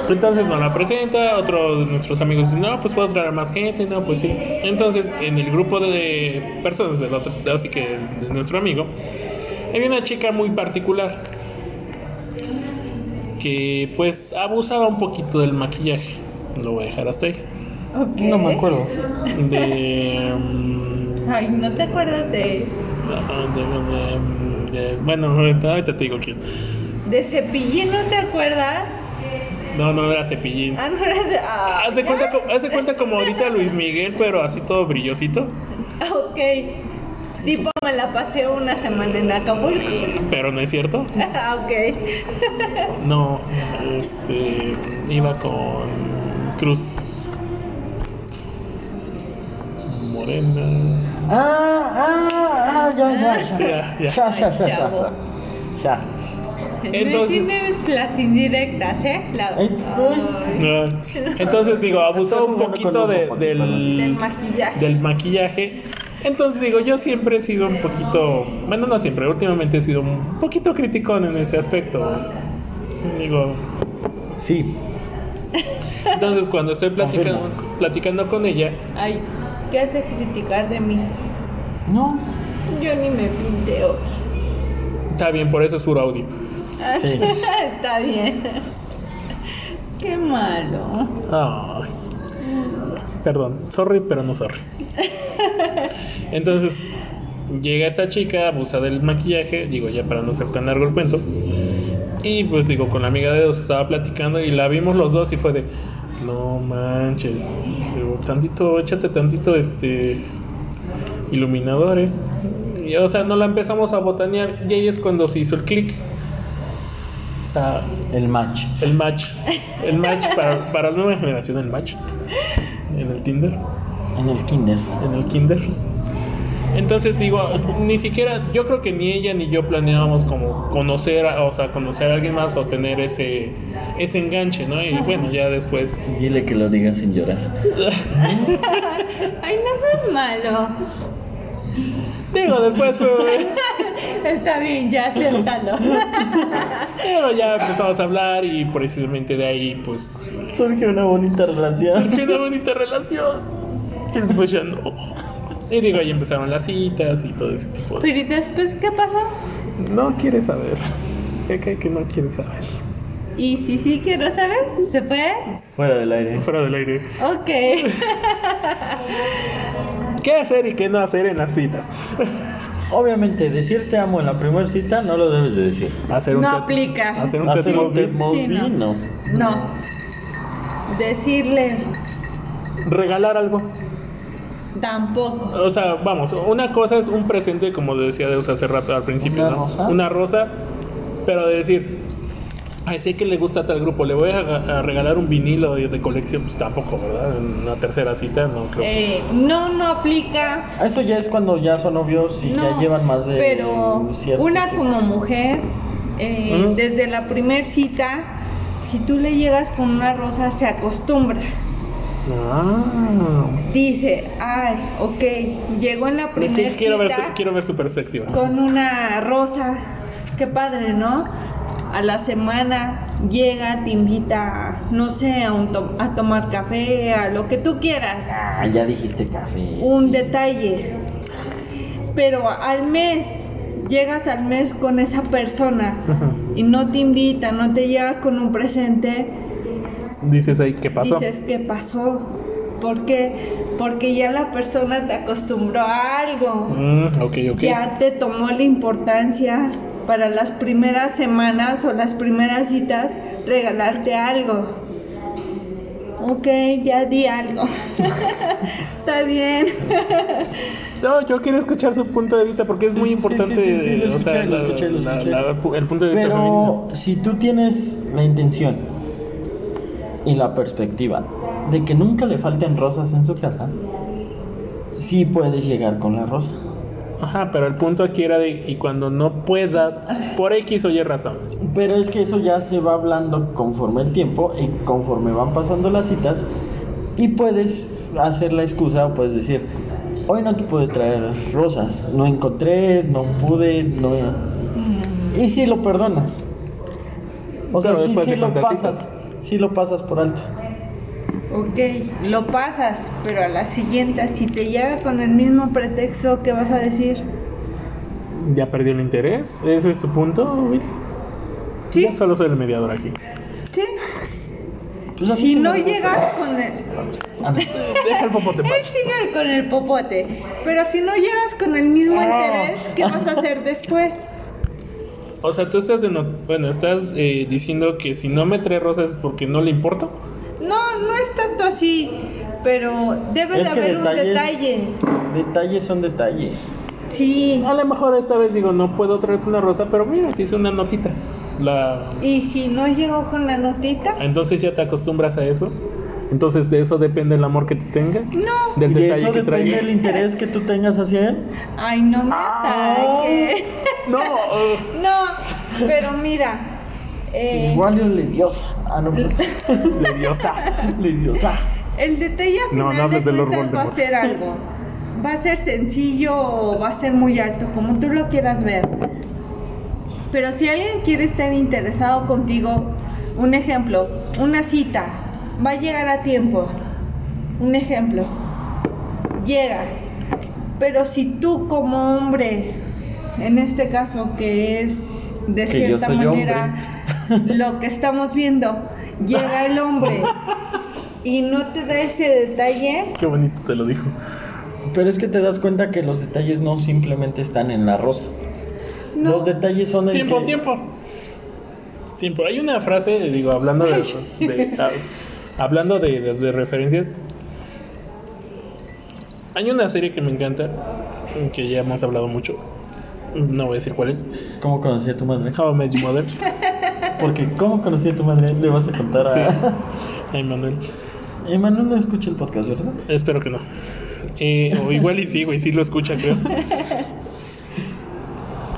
S1: Entonces nos la presenta. Otro de nuestros amigos dice: No, pues puedo traer a más gente. No, pues sí. Entonces, en el grupo de personas del otro, así que de nuestro amigo, había una chica muy particular que, pues, abusaba un poquito del maquillaje. Lo voy a dejar hasta ahí.
S4: Ok.
S2: No me acuerdo.
S1: De. mm,
S4: Ay, ¿no te acuerdas de,
S1: Ah, de- de- de- bueno, ahorita, ahorita te digo quién.
S4: de Cepillín? ¿No te acuerdas?
S1: No, no era Cepillín.
S4: Ah, no eres de. Ah,
S1: Haz de
S4: ¿ya
S1: cuenta,
S4: ves?
S1: co- haz de cuenta como ahorita Luis Miguel, pero así todo brillosito.
S4: *laughs* Ah, Ok. Tipo, me la pasé una semana
S1: *laughs*
S4: en Acapulco.
S1: Pero no es cierto.
S4: Ah, ok.
S1: No, este. Iba con Cruz. Morena.
S2: Ah, ah, ah, ya, ya,
S1: Ya, ya.
S2: ya. Ya, ya, ya, ya,
S4: Chavo.
S2: ya. Ya.
S1: Entonces-
S4: Entonces. Tienes las indirectas, ¿eh? La-
S2: Ay.
S4: Ay,
S1: Ah, Entonces digo, abusó un
S2: jugando
S1: poquito
S2: con
S1: de-
S2: Hugo,
S1: del,
S4: Del maquillaje.
S1: del maquillaje. Entonces digo, yo siempre he sido un poquito, bueno, no siempre, últimamente he sido un poquito crítico en ese aspecto. Digo,
S2: Sí.
S1: entonces cuando estoy platicando, platicando con ella,
S4: Ay, ¿qué hace criticar de mí?
S2: No.
S4: Yo ni me pinté hoy.
S1: está bien, por eso es puro audio.
S2: Sí.
S4: *laughs* Está bien. Qué malo. *laughs*
S1: Ay. Perdón, sorry, pero no sorry. Entonces, llega esta chica, abusa del maquillaje, digo ya para no ser tan largo el cuento. Y pues digo, con la amiga de dos estaba platicando y la vimos los dos y fue de, no manches, digo, tantito, échate tantito este iluminador, eh. Y, o sea, no la empezamos a botanear y ahí es cuando se hizo el clic. O sea,
S2: El match.
S1: el match. El match para, para la nueva generación, el match. En el Tinder.
S2: En el kinder.
S1: En el Kinder. Entonces digo, ni siquiera, yo creo que ni ella ni yo planeábamos como conocer, a- o sea, conocer a alguien más o tener ese, ese enganche, ¿no? Y bueno, ya después.
S2: Dile que lo digas sin llorar.
S4: Ay, no seas malo.
S1: Digo, después fue.
S4: Está bien, ya siéntalo.
S1: Pero ya empezamos a hablar y precisamente de ahí, pues.
S2: Surge una bonita relación.
S1: Qué una bonita relación. Y después ya no. Y digo, ahí empezaron las citas y todo ese tipo de...
S4: *laughs* Pero ¿y después qué pasó?
S1: No quiere saber. ¿Qué que, que no quiere saber?
S4: Y si sí quiero saber, ¿se fue?
S2: *laughs* Fuera del aire.
S1: Fuera del aire.
S4: Ok. *laughs*
S1: ¿Qué hacer y qué no hacer en las citas?
S2: Obviamente, decir te amo en la primera cita no lo debes de decir.
S1: Hacer un
S4: No
S1: tet-
S4: aplica.
S1: Hacer un
S2: Hacer
S1: tet-
S2: un Ted
S1: tet-
S2: Mosby,
S4: Sí, no.
S2: no.
S4: No. Decirle
S1: Regalar algo.
S4: tampoco.
S1: O sea, vamos, una cosa es un presente, como decía Deus hace rato al principio,
S2: ¿Una
S1: ¿no?
S2: rosa?
S1: Una rosa, pero de decir, ay, sé que le gusta a tal grupo, le voy a, a regalar un vinilo de, de colección, pues tampoco, ¿verdad? En una tercera cita, no creo.
S4: Eh, no, no aplica.
S2: Ah, Eso ya es cuando ya son novios y
S4: No,
S2: ya llevan más de
S4: pero
S2: un cierto
S4: una
S2: tiempo.
S4: como mujer eh,
S1: Mm.
S4: desde la primer cita si tú le llegas con una rosa se acostumbra Eh.
S1: Ah,
S4: dice ay ok llegó en la
S1: Sí,
S4: primera
S1: quiero,
S4: cita
S1: ver su, quiero ver su perspectiva. *laughs*
S4: con una rosa qué padre no a la semana llega te invita no sé a, un to- a tomar café a lo que tú quieras
S2: Ah, ya dijiste café.
S4: un detalle. Pero al mes, llegas al mes con esa persona
S1: Ujú.
S4: y no te invita, no te llega con un presente,
S1: Dices ahí, ¿qué pasó?
S4: dices qué pasó. ¿Por qué? Porque ya la persona te acostumbró a algo.
S1: Mm, ok, ok.
S4: Ya te tomó la importancia para las primeras semanas o las primeras citas regalarte algo. Ok, ya di algo. *laughs* Está
S1: *laughs*
S4: bien.
S1: No, yo quiero escuchar su punto de vista porque es muy
S2: Sí, sí,
S1: importante. eh,
S2: sí, sí, lo
S1: o sea,
S2: escuché, lo
S1: la-
S2: escuché, lo
S1: la-
S2: escuché.
S1: la- el punto de vista femenino.
S2: Pero si tú tienes la intención y la perspectiva de que nunca le falten rosas en su casa, sí puedes llegar con la rosa.
S1: Ajá, pero el punto aquí era de, y cuando no puedas, por X o Y razón.
S2: Pero es que eso ya se va hablando conforme el tiempo y conforme van pasando las citas y puedes hacer la excusa o puedes decir, hoy no te pude traer rosas, no encontré, no pude, no... Y si lo perdonas. O
S1: Pero
S2: sea, sí,
S1: después
S2: sí
S1: de
S2: lo
S1: cuántas citas.
S2: pasas, sí lo pasas por alto.
S4: Ok, lo pasas, pero a la siguiente, si te llega con el mismo pretexto, ¿qué vas a decir?
S1: ¿Ya perdió el interés? ¿Ese es tu punto, Viri?
S4: Sí.
S1: Yo solo soy el mediador aquí.
S4: ¿Sí?
S2: Pues a mí
S4: si
S2: sí me
S4: no
S2: gusta.
S4: llegas con el...
S2: *laughs* A mí-
S1: Deja el popote
S4: *laughs*
S2: pues. *laughs*
S4: Él sigue con el popote, pero si no llegas con el mismo
S1: Ah.
S4: interés, ¿qué vas a hacer después?
S1: O sea, tú estás, deno- bueno, estás eh, diciendo que si no me trae rosas es porque no le importa.
S4: No, no es tanto así, pero debe
S2: Es
S4: de
S2: que
S4: haber un
S2: detalles-
S4: detalle.
S2: Detalles son detalles.
S4: Sí,
S1: A lo mejor esta vez digo, no puedo traerte una rosa, pero mira, te hice una notita. La...
S4: y si no llegó con la notita,
S1: Entonces ya te acostumbras a eso. Entonces de eso depende el amor que te tenga.
S4: no.
S1: Del
S2: y de
S1: detalle
S2: eso
S1: que
S2: depende el
S1: traiga.
S2: interés que tú tengas hacia él.
S4: Ay, no me
S1: Ah.
S4: ataques.
S1: *laughs* No, eh,
S4: No, pero mira. eh,
S2: Igual yo le dios. Ah, no. pues,
S1: leviosa.
S2: le dios. Ah.
S4: el detalle al
S1: No, no
S4: final
S1: hables
S4: de
S1: del Lord
S4: cuentas va a
S1: Voldemort.
S4: ser algo. Va a ser sencillo o va a ser muy alto, como tú lo quieras ver. Pero si alguien quiere estar interesado contigo, un ejemplo, una cita, va a llegar a tiempo. Un ejemplo, llega. Pero si tú como hombre, en este caso que es de
S2: Que yo
S4: cierta
S2: soy *laughs*
S4: manera lo que estamos viendo, llega el
S2: *laughs*
S4: hombre y no te da ese detalle,
S1: Qué bonito te lo dijo.
S2: Pero es que te das cuenta que los detalles no simplemente están en la rosa.
S4: no.
S2: Los detalles son en
S1: Tiempo,
S2: que-
S1: tiempo. Tiempo. Hay una frase, digo, hablando de, de- *laughs* a- hablando de, de- de referencias. Hay una serie que me encanta, que ya hemos hablado mucho. No voy a decir cuál es.
S2: ¿Cómo conocí a tu madre?
S1: How I Met Your Mother.
S2: Porque ¿cómo conocí a tu madre? Le vas a contar a...
S1: Ay, Manuel.
S2: Emanuel no escucha el podcast, ¿verdad? *laughs*
S1: Espero que no. Eh, o igual y sí, güey, sí lo escucha, creo.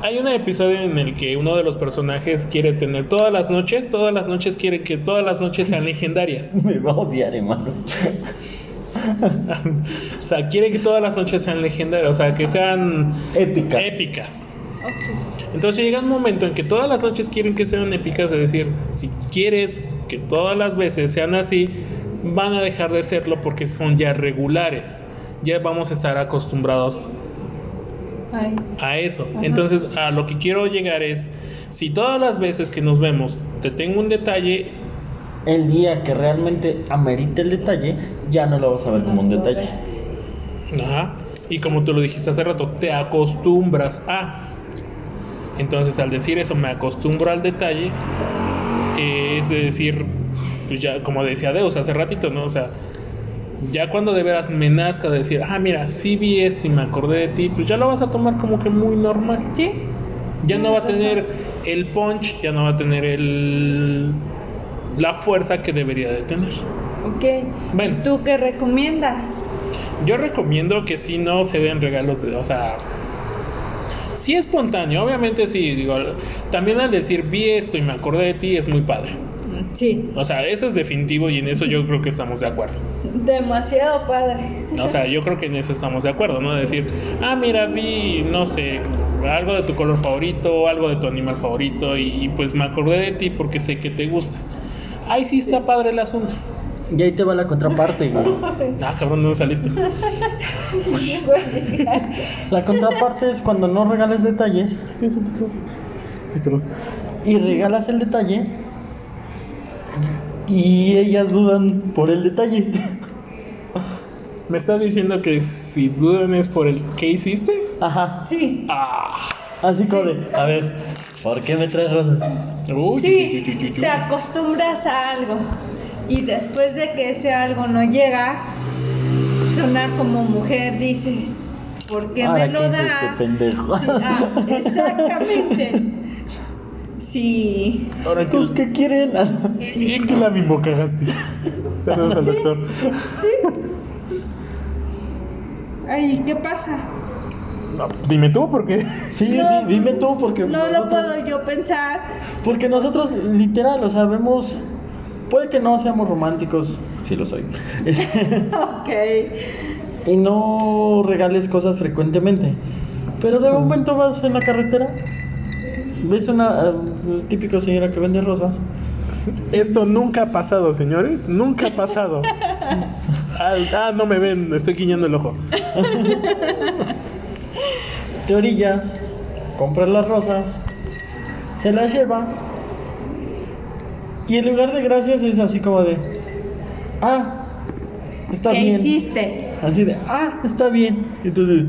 S1: Hay un episodio en el que uno de los personajes quiere tener todas las noches, todas las noches quiere que todas las noches sean legendarias. *laughs*
S2: Me va a odiar, Emanuel.
S1: O sea, quiere que todas las noches sean legendarias, o sea, que sean
S2: Épica.
S1: épicas.
S4: Ok.
S1: Entonces llega un momento en que todas las noches quieren que sean épicas, es decir, si quieres que todas las veces sean así, van a dejar de serlo porque son ya regulares. ya vamos a estar acostumbrados
S4: Ay,
S1: a eso.
S4: Ajá.
S1: Entonces, a lo que quiero llegar es, si todas las veces que nos vemos te tengo un detalle,
S2: El día que realmente amerite el detalle, ya no lo vas a ver como un detalle.
S1: ajá, y como tú lo dijiste hace rato, te acostumbras a... Entonces, al decir eso, me acostumbro al detalle, es decir, pues ya, como decía Deus hace ratito, ¿no? O sea, ya cuando de veras me nazca decir, ah, mira, sí vi esto y me acordé de ti, pues ya lo vas a tomar como que muy normal.
S4: Sí,
S1: ya no va a
S4: Tienes
S1: tener
S4: razón.
S1: el punch, ya no va a tener el la fuerza que debería de tener.
S4: ok.
S1: Bueno.
S4: ¿Y tú qué recomiendas?
S1: Yo recomiendo que si no se den regalos, de, o sea, si espontáneo, obviamente sí, digo, también al decir vi esto y me acordé de ti es muy padre.
S4: Mm, Sí,
S1: O sea, eso es definitivo y en eso yo creo que estamos de acuerdo.
S2: *laughs*
S4: demasiado padre.
S1: O sea, yo creo que en eso estamos de acuerdo, ¿no? Decir, ah, mira, vi, no sé, algo de tu color favorito, algo de tu animal favorito, y, y pues me acordé de ti porque sé que te gusta. Ahí sí está padre el asunto.
S2: Y ahí te va la contraparte, güey.
S1: Ah, cabrón, no saliste.
S2: La contraparte es cuando no regalas detalles y regalas el detalle y ellas dudan por el detalle. *laughs*
S1: ¿Me estás diciendo que si dudan es por el que hiciste?
S2: Ajá.
S4: Sí,
S1: Ah.
S2: Así como de, a ver, ¿por qué me traes rosas?
S1: Uy, uy, uy, uy,
S4: Pues sí,
S1: uy, uy.
S4: te acostumbras a algo y después de que ese algo no llega, sonar como mujer dice, ¿por qué
S2: Ahora,
S4: me lo
S2: ¿qué hizo
S4: da?
S2: este pendejo?
S4: Sí, ah,
S2: *laughs*
S4: exactamente. Sí,
S2: Ahora, ¿tus qué quieren? Ah,
S1: ¿Y en qué la mismo
S4: *laughs*
S1: cagaste? Saludos al doctor.
S4: ay, ¿qué pasa?
S1: No, dime tú, porque.
S2: Sí,
S4: No,
S2: di- dime tú porque
S4: No lo
S2: nosotros-
S4: puedo yo pensar. *laughs*
S2: Porque nosotros literal, o sea, vemos puede que no seamos románticos, sí lo soy.
S4: Ok,
S2: y no regales cosas frecuentemente. Pero
S4: Mm.
S2: de momento vas en la carretera, ves una eh, típico señora que vende rosas.
S1: Esto nunca ha pasado, señores. Nunca ha pasado.
S4: *laughs*
S1: Ah, ah, no me ven, estoy guiñando el ojo.
S2: te orillas, compras las rosas, se las llevas y en lugar de gracias es así como de, ah, está
S4: ¿qué
S2: bien.
S4: hiciste?
S2: Así de, ah, está bien. Entonces,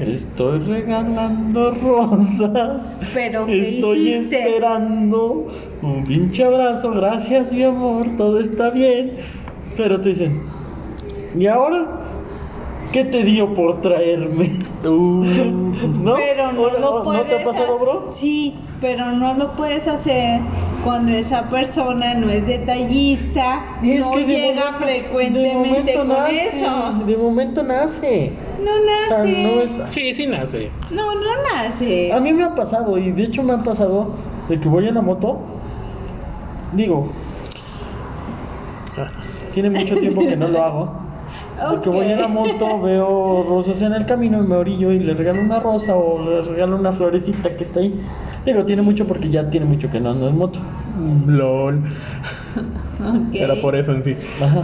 S2: estoy regalando rosas.
S4: ¿Pero qué
S2: Estoy
S4: hiciste?
S2: esperando un pinche abrazo. Gracias, mi amor. Todo está bien. Pero te dicen, ¿y ahora? ¿Qué te dio por traerme? *laughs*
S1: Uh.
S2: ¿No?
S4: Pero no,
S2: Ahora,
S4: lo
S2: ¿no- ¿No
S4: puedes
S2: te ha pasado,
S4: hacer-
S2: bro?
S4: Sí, pero no lo puedes hacer cuando esa persona no es detallista,
S2: Y es
S4: no
S2: que de
S4: llega
S2: momento-
S4: frecuentemente
S2: de
S4: con
S2: momento nace,
S4: eso. Ah,
S2: De momento nace.
S4: No
S2: O sea,
S4: nace.
S2: no es-
S1: Sí, sí nace.
S4: no, no nace.
S2: A mí me ha pasado, y de hecho me ha pasado, de que voy en la moto, digo, tiene mucho tiempo que no lo hago,
S4: *laughs*
S2: de que Ah, voy en la
S4: Ok.
S2: moto, veo rosas en el camino y me orillo y le regalo una rosa o le regalo una florecita que está ahí. Digo, tiene mucho porque ya tiene mucho que no ando en moto.
S1: Mm, LOL.
S4: *laughs* Ok.
S1: Era por eso en sí.
S2: Ajá.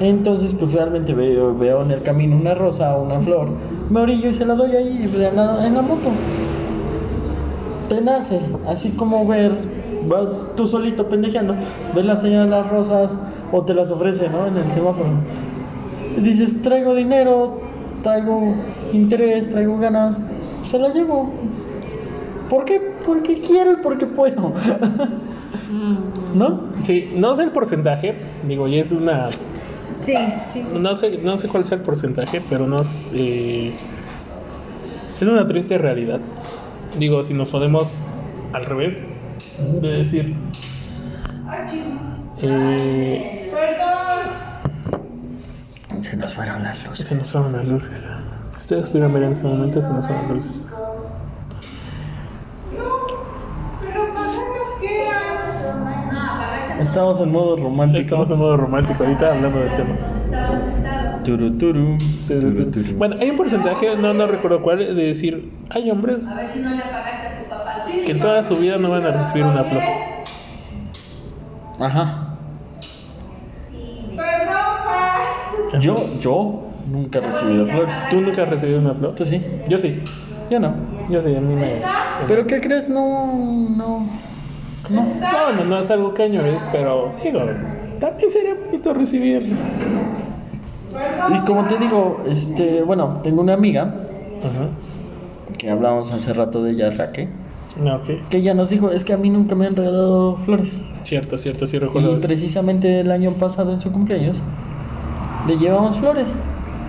S2: Entonces, pues realmente veo, veo en el camino una rosa o una flor, me orillo y se la doy ahí de la- en la moto. Te nace, así como ver, vas tú solito pendejeando, ves la señora de las rosas o te las ofrece, ¿no? En el semáforo. Y dices, traigo dinero, traigo interés, traigo ganas, se la llevo. ¿Por qué? Porque quiero y porque puedo. *laughs*
S4: Mm,
S2: ¿No?
S1: Sí, no sé el porcentaje. Digo, y es una.
S4: sí, sí.
S1: No sé, no sé cuál sea el porcentaje, pero no es. eh, es una triste realidad. Digo, si nos ponemos al revés, de decir. eh,
S2: Se nos fueron las luces.
S1: se nos fueron las luces. Si ustedes pudieran ver en este momento, se nos fueron las luces.
S2: Estamos en modo romántico.
S1: Estamos en modo romántico ahorita hablando del tema.
S2: Turu, turu, turu, turu.
S1: Bueno, hay un porcentaje, no, no recuerdo cuál, de decir, hay hombres que en toda su vida no van a recibir una flor.
S2: Ajá. Yo, yo, Nunca he recibido flores.
S1: ¿Tú nunca has recibido una flor?
S2: ¿Tú sí?
S1: Yo sí.
S2: Yo no.
S1: Yo sí, a mí me.
S2: ¿Pero qué crees? No, no. No.
S1: No, no, no es algo que añores, pero digo, también sería bonito recibir.
S2: Y como te digo, este, bueno, tengo una amiga
S1: Ajá.
S2: que hablamos hace rato de ella, Raquel,
S1: No, Ah, ok.
S2: que ella nos dijo, es que a mí nunca me han regalado flores.
S1: Cierto, cierto, sí recuerdo.
S2: Y
S1: eso.
S2: precisamente el año pasado en su cumpleaños le llevamos flores.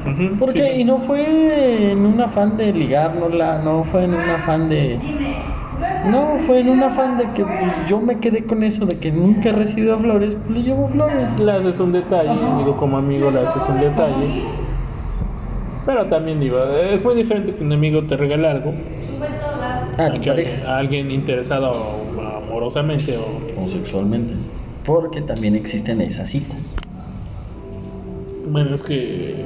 S1: Ujú,
S2: ¿Por
S1: sí,
S2: qué?
S1: sí.
S2: Y no fue en un afán de ligárnosla, no fue en un afán de... No, fue en un afán de que pues, yo me quedé con eso de que nunca he recibido flores, pues, le llevo flores.
S1: Le haces un detalle, digo, como amigo le haces un detalle. Pero también digo, es muy diferente que un amigo te regale algo
S2: Ah,
S1: a
S2: tu
S1: que
S2: pareja.
S1: a alguien interesado o amorosamente o
S2: O sexualmente. Porque también existen esas citas.
S1: bueno, es que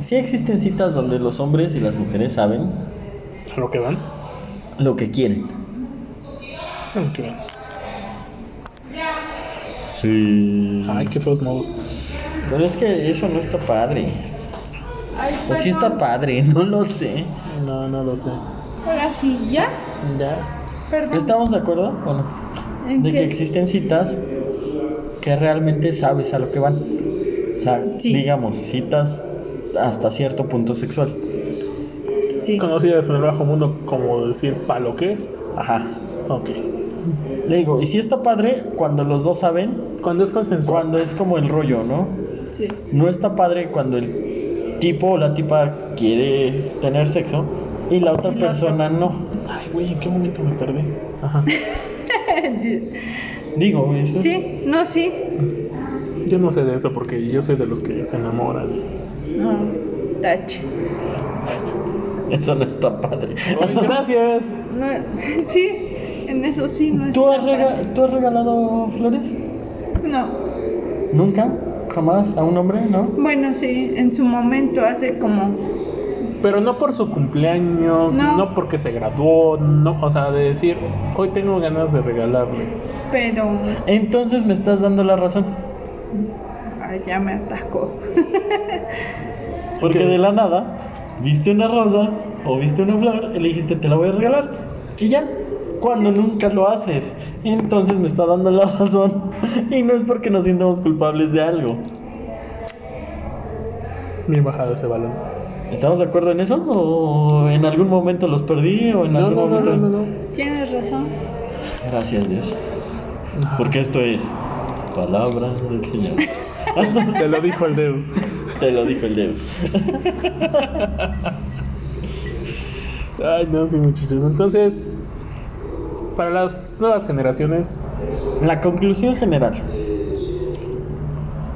S2: Sí existen citas donde los hombres y las mujeres saben
S1: a lo que van,
S2: lo que quieren.
S1: a lo que van.
S2: Sí.
S1: Ay, qué feos modos.
S2: Pero es que eso no está padre. O Pues sí está padre, *laughs* no lo sé.
S1: No, no lo sé.
S4: Ahora sí, ya.
S1: Ya.
S4: Perdón.
S2: ¿Estamos de acuerdo o no?
S4: ¿En
S2: De que
S4: qué?
S2: existen citas que realmente sabes a lo que van. O sea,
S4: Sí.
S2: digamos, citas hasta cierto punto sexual.
S4: Sí.
S1: Conocidas en el bajo mundo como decir pa lo que es.
S2: Ajá.
S1: Ok.
S2: Le digo, y si está padre cuando los dos saben,
S1: Cuando es consensual.
S2: cuando es como el rollo, ¿no?
S4: Sí. *laughs*
S2: No está padre cuando el tipo o la tipa quiere tener sexo y la otra
S4: Y la
S2: persona no. *laughs*
S1: Ay, güey, ¿en qué momento me perdí? Ajá.
S2: Digo, eso es-
S4: sí, no, sí.
S1: Yo no sé de eso porque yo soy de los que se
S2: *laughs*
S1: enamoran.
S4: No, tache.
S2: eso no está padre.
S1: Ay, gracias.
S4: No, *laughs* sí, en eso sí no es.
S2: ¿Tú has, rega- ¿Tú has regalado flores?
S4: No.
S2: ¿Nunca? ¿Jamás? ¿A un hombre? ¿No?
S4: Bueno, sí, en su momento hace como.
S1: Pero no por su cumpleaños, no.
S4: No.
S1: porque se graduó, no, o sea, de decir, hoy tengo ganas de regalarle.
S4: Pero.
S2: Entonces me estás dando la razón.
S4: Ay, ya me atascó. *laughs*
S2: Porque
S1: Ok.
S2: de la nada, viste una rosa o viste una flor y le dijiste te la voy a regalar. Y ya, cuando nunca lo haces. Entonces me está dando la razón. *laughs* Y no es porque nos sintamos culpables de algo.
S1: Mi bajado ese balón.
S2: ¿Estamos de acuerdo en eso? ¿O en algún momento los perdí? ¿O en
S1: No,
S2: algún
S1: no, no,
S2: momento...
S1: no, no, no.
S4: Tienes razón.
S2: Gracias Dios. Porque esto es palabra del Señor. *laughs*
S1: *laughs* Te lo dijo el Deus.
S2: Te lo dijo el Dios.
S1: Ay, no, sí, muchachos. Entonces, para las nuevas generaciones,
S2: La conclusión general.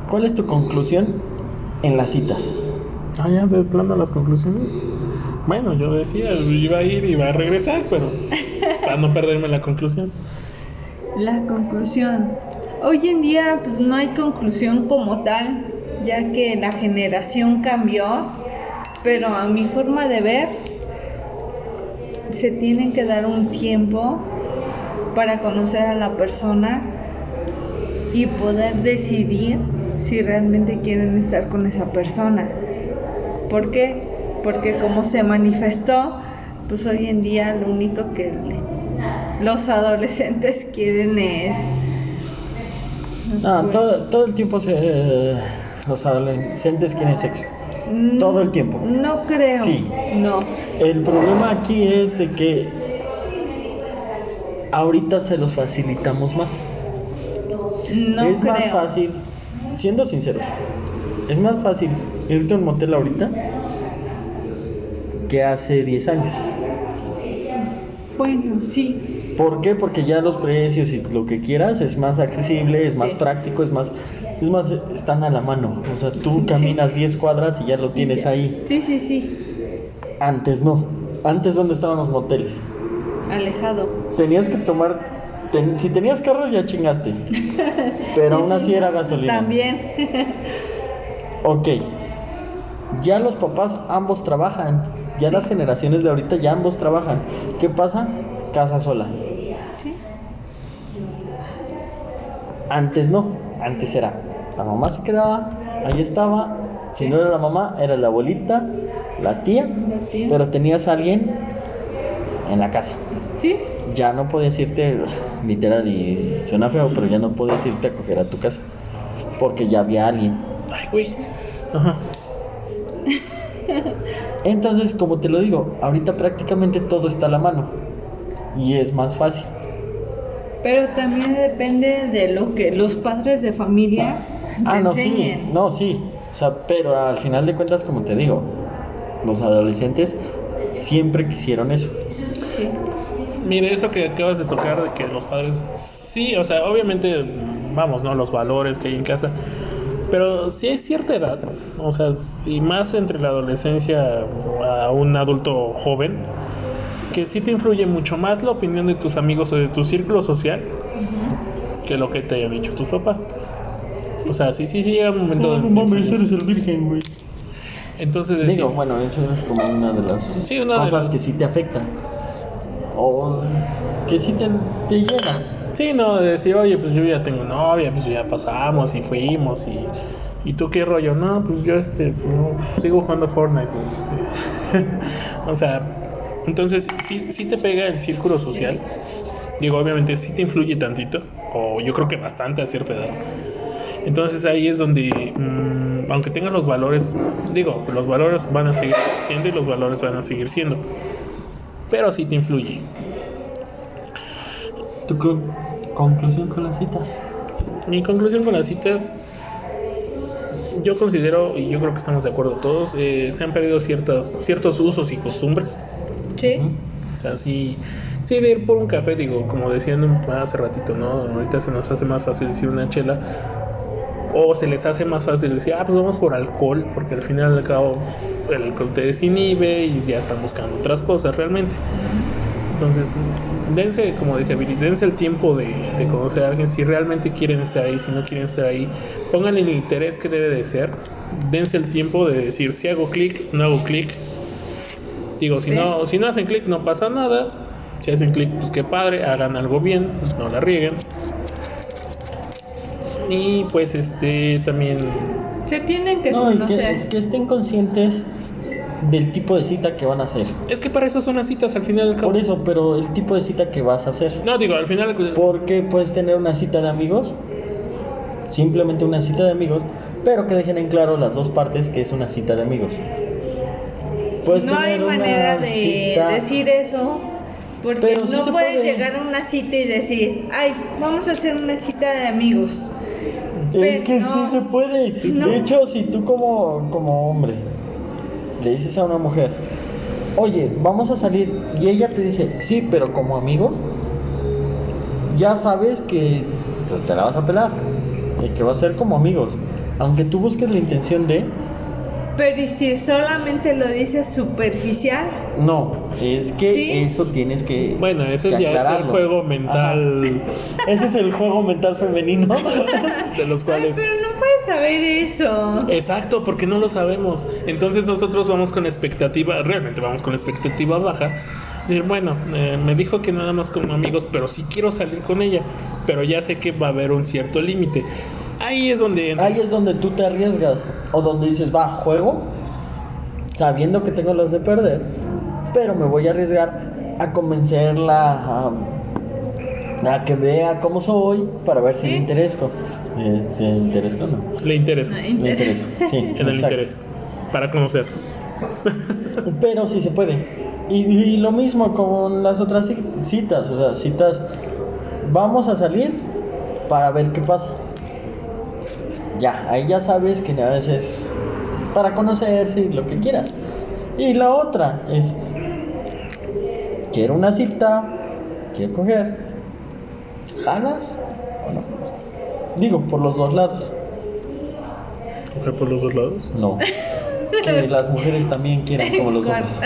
S2: ¿Cuál es tu conclusión en las citas?
S1: ah, ya de plano las conclusiones. Bueno, yo decía, iba a ir y iba a regresar, pero para no perderme la conclusión.
S4: La conclusión. Hoy en día pues, no hay conclusión como tal, ya que la generación cambió, pero a mi forma de ver, se tienen que dar un tiempo para conocer a la persona y poder decidir si realmente quieren estar con esa persona. ¿Por qué? Porque como se manifestó, pues hoy en día lo único que le- los adolescentes quieren es.
S2: Ah, todo, todo el tiempo se, eh, los adolescentes quieren sexo.
S4: Mm,
S2: todo el tiempo.
S4: No creo.
S2: Sí.
S4: No.
S2: El problema aquí es de que ahorita se los facilitamos más.
S4: No
S2: es
S4: creo.
S2: más fácil, siendo sincero, es más fácil irte a un motel ahorita que hace 10 años.
S4: Bueno, sí.
S2: ¿Por qué? Porque ya los precios y lo que quieras es más accesible, es más
S4: Sí.
S2: práctico, es más, es más, están a la mano. O sea, tú caminas 10 cuadras y ya lo tienes ahí.
S4: Sí, sí, sí.
S2: Antes no. Antes donde estaban los moteles.
S4: Alejado.
S2: Tenías que tomar, ten- si tenías carro ya
S4: *laughs*
S2: chingaste. Pero aún
S4: Sí, Pues
S2: así era gasolina.
S4: También.
S2: Ok. Ya los papás ambos trabajan. Ya las generaciones de ahorita ya ambos trabajan. ¿Qué pasa? Casa sola.
S4: Sí.
S2: Antes no. Antes era. La mamá se quedaba, ahí estaba, Si no era la mamá, era la abuelita, la tía,
S4: La tía.
S2: pero tenías a alguien en la casa.
S4: Sí,
S2: Ya no podías irte, literal, y suena feo, pero ya no podías irte a coger a tu casa. Porque ya había alguien.
S1: Ay, güey. Ajá.
S2: *laughs* Entonces, como te lo digo, ahorita prácticamente todo está a la mano. Y es más fácil.
S4: pero también depende de lo que los padres de familia te
S2: Ah, no, sí,
S4: enseñen.
S2: no, sí. O sea, pero al final de cuentas, como te digo, los adolescentes siempre quisieron eso.
S4: Sí.
S1: Mire, eso que acabas de tocar de que los padres, sí, o sea, obviamente, vamos, ¿no? Los valores que hay en casa, pero sí hay cierta edad, o sea, y más entre la adolescencia a un adulto joven, que sí te influye mucho más la opinión de tus amigos o de tu círculo social que lo que te hayan dicho tus papás. O sea, sí, sí, sí llega un momento... de-
S2: el virgen, güey.
S1: Entonces, decir,
S2: Digo, bueno, eso es como una de las
S1: Sí, una de
S2: cosas
S1: las-
S2: que sí te afectan. O que sí te, te llegan.
S1: Sí, no, de decir, oye, pues yo ya tengo novia, pues ya pasamos y fuimos y... ¿Y tú qué rollo? No, pues yo este, no, sigo jugando Fortnite. pues, este. *laughs* o sea, entonces sí, sí te pega el círculo social. Digo, obviamente sí te influye tantito, o yo creo que bastante a cierta edad. Entonces ahí es donde, mm, aunque tengan los valores, digo, los valores van a seguir siendo y los valores van a seguir siendo. Pero sí te influye.
S2: ¿Tu co- conclusión con las citas?
S1: Mi conclusión con las citas, yo considero, y yo creo que estamos de acuerdo todos, eh, se han perdido ciertas, ciertos usos y costumbres.
S4: Sí.
S1: O sea, sí, sí de ir por un café, digo, como decían un- hace ratito, ¿no? Ahorita se nos hace más fácil decir una chela. O se les hace más fácil decir, ah, pues vamos por alcohol, porque al final y al cabo el alcohol te desinhibe y ya están buscando otras cosas realmente. Entonces, dense, como decía Billy, dense el tiempo de, de conocer a alguien si realmente quieren estar ahí, si no quieren estar ahí. Pónganle el interés que debe de ser. Dense el tiempo de decir si hago clic, no hago clic. Digo, si,
S4: Sí.
S1: no, si no hacen clic, no pasa nada. Si hacen clic, pues qué padre, hagan algo bien, pues no la rieguen. Y pues, este, también.
S4: Se tienen que
S2: No, y que,
S4: conocer.
S2: que estén conscientes del tipo de cita que van a hacer.
S1: Es que para eso son las citas al final del cabo.
S2: Por eso, pero el tipo de cita que vas a hacer.
S1: No, digo, al final.
S2: Porque puedes tener una cita de amigos, simplemente una cita de amigos, pero que dejen en claro las dos partes que es una cita de amigos. Puedes
S4: no hay
S2: tener una
S4: manera de
S2: cita-
S4: decir eso. Porque
S2: Pero sí
S4: no
S2: se
S4: puedes
S2: puede.
S4: llegar a una cita y decir, ay, vamos a hacer una cita de amigos.
S2: Es
S4: Pero
S2: que sí
S4: no.
S2: se puede.
S4: No.
S2: De hecho, si tú como, como hombre le dices a una mujer, oye, vamos a salir, y ella te dice, sí, pero como amigos, ya sabes que pues, te la vas a pelar y que va a ser como amigos. Aunque tú busques la intención de,
S4: Pero ¿y si solamente lo dices superficial?
S2: no, es que
S4: Sí.
S2: eso tienes que.
S1: Bueno, ese
S2: que
S1: ya es el
S2: aclararlo.
S1: juego mental.
S2: Ajá. Ese es el juego mental
S4: *laughs*
S2: femenino.
S1: de los
S4: Ay, *laughs*
S1: cuales...
S4: pero no puedes saber eso.
S1: Exacto, porque no lo sabemos. Entonces nosotros vamos con la expectativa, realmente vamos con la expectativa baja. Decir, bueno, eh, me dijo que nada más como amigos, pero sí quiero salir con ella, pero ya sé que va a haber un cierto límite. Ahí es donde entra.
S2: Ahí es donde tú te arriesgas o donde dices, va, juego, sabiendo que tengo las de perder, pero me voy a arriesgar a convencerla a, a que vea cómo soy para ver si
S4: Sí.
S2: le interesco. Eh, si le interesco, no.
S1: Le interesa,
S4: Ay,
S2: Le
S4: *laughs*
S2: interesa,
S1: *laughs*
S2: sí.
S1: en el
S2: exacto.
S1: interés, para conocerlos.
S2: Pero sí se puede. Y, y lo mismo con las otras ci- citas, o sea, citas, vamos a salir para ver qué pasa. Ya, ahí ya sabes que a veces para conocerse y lo que quieras. Y la otra es, quiero una cita, quiero coger, ¿jalas o no? Digo, por los dos lados.
S1: Coger por los dos lados.
S2: No. Que las mujeres también quieran como los hombres.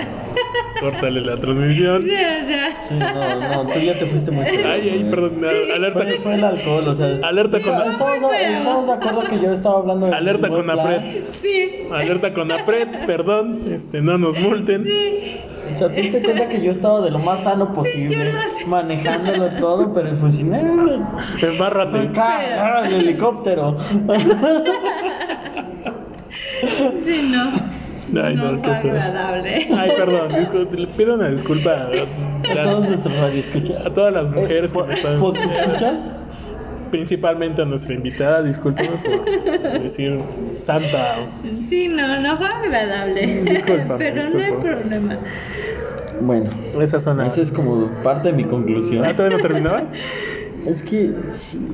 S1: Córtale la transmisión.
S4: Ya, ya.
S2: Sí, no, no, tú ya te fuiste muy
S1: Ay,
S2: claro.
S1: ay, perdón, a- alerta.
S2: Fue, fue el alcohol, o sea.
S1: Alerta con la-
S2: estamos, estamos de acuerdo que yo estaba hablando de.
S1: Alerta
S2: buen
S1: con la
S2: plan.
S1: pred.
S4: Sí,
S1: Alerta con APRED, perdón, este, no nos multen.
S4: sí.
S2: O sea, te diste cuenta que yo estaba de lo más sano
S4: yo
S2: posible,
S4: lo sé.
S2: manejándolo todo, pero fue sin. ¡Eh!
S1: Embárrate.
S2: ¡Ah, el helicóptero!
S4: Sí, no.
S1: Ay,
S4: no,
S1: no, qué
S4: fue
S1: feo.
S4: agradable.
S1: Ay, perdón, discul- le pido una disculpa a, a-
S2: A todos nuestros
S1: a
S2: radioescuchas.
S1: todas las mujeres que
S2: po-
S1: me están
S2: po- ¿Escuchas?
S1: principalmente a nuestra invitada, discúlpame por decir santa.
S4: Sí, no, no
S1: *laughs*
S4: fue agradable.
S1: Discúlpame,
S4: Pero no hay
S1: discúlpame.
S4: problema.
S2: Bueno,
S1: Esas son las.
S2: esa es como parte de mi conclusión.
S1: Ah, ¿todavía no terminabas?
S2: Es que, sí,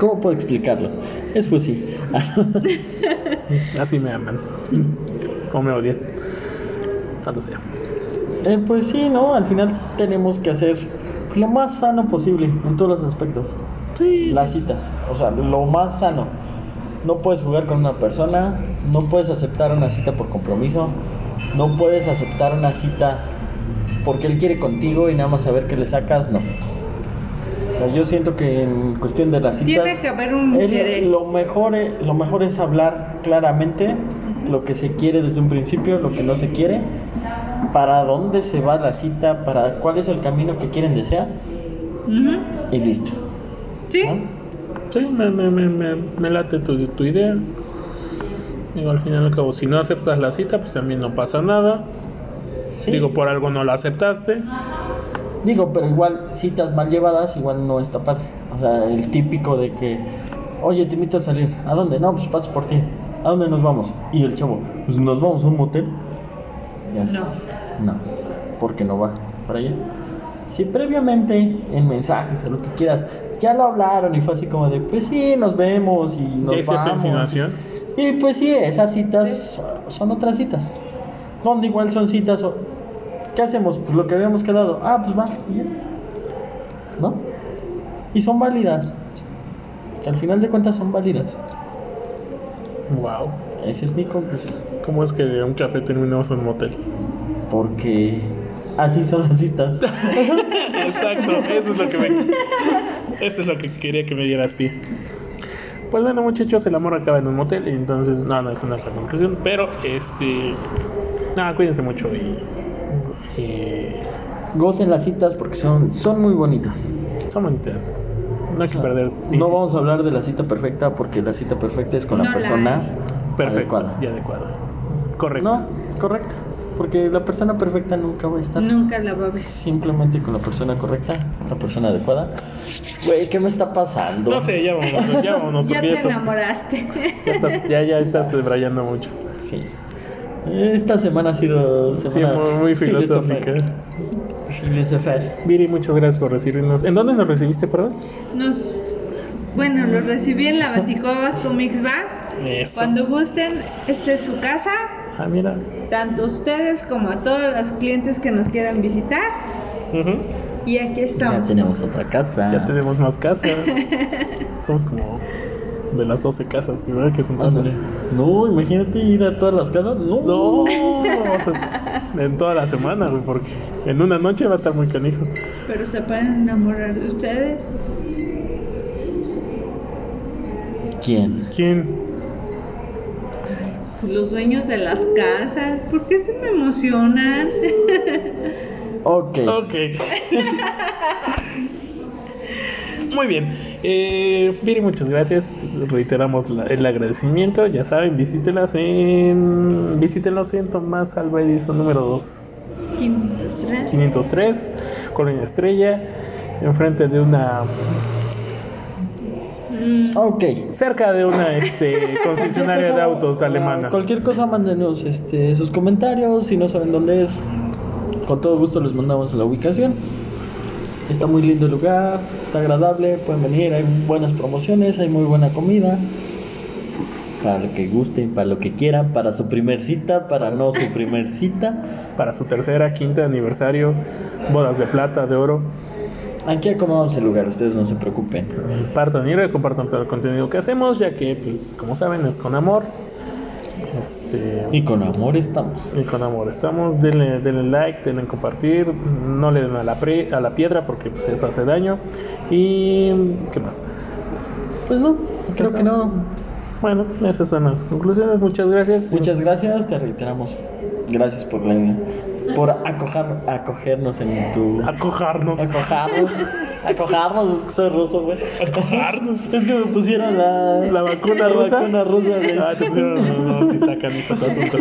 S2: ¿cómo puedo explicarlo? Es pues fusil.
S1: Así me aman. O me odian. No lo sé.
S2: Eh, pues sí, ¿no? Al final tenemos que hacer lo más sano posible en todos los aspectos.
S1: Sí.
S2: Las citas, o sea, lo más sano. No puedes jugar con una persona, no puedes aceptar una cita por compromiso, no puedes aceptar una cita porque él quiere contigo y nada más saber qué le sacas, no. O sea, yo siento que en cuestión de las citas...
S4: Tiene que haber un
S2: El-
S4: interés.
S2: lo mejor es, lo mejor es hablar claramente lo que se quiere desde un principio, lo que no se quiere, para dónde se va la cita, para cuál es el camino que quieren desear
S4: Ujú.
S2: y listo.
S4: Sí.
S2: ¿no?
S1: Sí, me, me, me, me, me late tu, tu idea. Digo, al final y al cabo, si no aceptas la cita, pues también no pasa nada.
S2: Sí.
S1: Digo, por algo no la aceptaste.
S2: Digo, pero igual citas mal llevadas igual no está padre. O sea, el típico de que, oye, te invito a salir. ¿A dónde? No, pues paso por ti. ¿A dónde nos vamos? Y el chavo, pues nos vamos a un motel. Y así. No. porque no va para allá. Si previamente en mensajes o lo que quieras ya lo hablaron y fue así como de, pues sí, nos vemos y nos
S1: Ya hiciste
S2: vamos.
S1: insinuación.
S2: Y pues sí, esas citas son otras citas. Donde igual son citas o... ¿Qué hacemos? Pues lo que habíamos quedado. Ah, pues va. y ya. ¿No? Y son válidas. Que al final de cuentas son válidas.
S1: Wow.
S2: Esa es mi conclusión.
S1: ¿Cómo es que de un café terminamos en un motel?
S2: Porque así son
S1: *laughs*
S2: las citas.
S1: Exacto, eso es lo que me- eso es lo que quería que me dieras pie. Pues bueno, muchachos, el amor acaba en un motel, entonces no, no, eso no es la conclusión, pero este nada, cuídense mucho eh, y, y
S2: Gocen las citas porque son, son muy bonitas.
S1: son bonitas. No hay que perder.
S2: No
S1: insisto,
S2: vamos a hablar de la cita perfecta porque la cita perfecta es con
S4: No
S2: la
S4: la
S2: persona
S1: perfecto
S2: adecuada.
S1: y adecuado. Correcto.
S2: No, correcta. Porque la persona perfecta nunca va a estar.
S4: Nunca la va a ver.
S2: Simplemente con la persona correcta, la persona adecuada. Güey, ¿qué me está pasando?
S1: No sé, ya vámonos, ya vámonos,
S4: Ya
S1: porque
S4: te
S1: ya, estás,
S4: enamoraste. *laughs*
S1: ya, estás- ya- ya estás debrayando mucho.
S2: Sí. Esta semana ha sido
S1: Sí,
S2: semana
S1: muy, muy filosófica.
S2: filosofal.
S1: Viri, muchas gracias por recibirnos. ¿En dónde nos recibiste, perdón?
S4: Nos. Bueno, lo recibí en la Baticova Comics Bar.
S1: Eso.
S4: Cuando gusten, esta es su casa.
S1: Ah, mira.
S4: Tanto ustedes como a todos los clientes que nos quieran visitar.
S1: Ujú.
S4: Y aquí estamos.
S2: Ya tenemos otra casa.
S1: Ya tenemos más casas. Somos como de las 12 casas que hay que juntarnos.
S2: Ándale. No, imagínate ir a todas las casas. No.
S1: No, o sea, en toda la semana, güey, porque en una noche va a estar muy canijo.
S4: Pero se pueden enamorar de ustedes.
S2: ¿Quién?
S1: ¿Quién?
S4: Los dueños de las casas. ¿Por qué se me emocionan? *laughs*
S2: Ok.
S1: Ok. Muy bien. Eh, Viri, muchas gracias. Reiteramos la- el agradecimiento. Ya saben, visítelas en. Visítenos en Tomás Alba Edison número 2.
S4: 503.
S1: 503, Colonia Estrella, enfrente de una,
S4: Mm,
S2: Ok.
S1: cerca de una este, concesionaria de autos alemana.
S2: Ah, Cualquier cosa, mándenos este, sus comentarios. Si no saben dónde es, con todo gusto les mandamos la ubicación. Está muy lindo el lugar, está agradable, pueden venir, hay buenas promociones, hay muy buena comida. Para lo que gusten, para lo que quieran, para su primer cita, para no su primer cita.
S1: Para su tercera, quinta aniversario, bodas de plata, de oro.
S2: Aquí acomodamos el lugar, ustedes no se preocupen.
S1: Partan y recompartan todo el contenido que hacemos, ya que, pues, como saben, es con amor. Este,
S2: Y con amor estamos.
S1: y con amor estamos. Denle, denle like, denle compartir. No le den a la, pre- a la piedra porque pues, eso hace daño. Y. ¿Qué más?
S2: Pues no, creo que no.
S1: Bueno, esas son las conclusiones. Muchas gracias.
S2: Muchas gracias, te reiteramos. Gracias por la por acojar, acogernos en tu.
S1: Acojarnos. *laughs*
S2: Acojarnos. Acojarnos, es que soy ruso, güey.
S1: Acojarnos.
S2: Es que me pusieron la,
S1: La vacuna rusa.
S2: La vacuna rusa, güey.
S1: Ah, te pusieron los dos y está canijo tu asunto.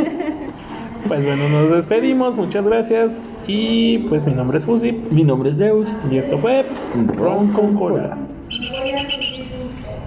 S1: Pues bueno, nos despedimos, muchas gracias. Y pues mi nombre es Fusip
S2: Mi nombre es Deus.
S1: y esto fue Ron con Cola.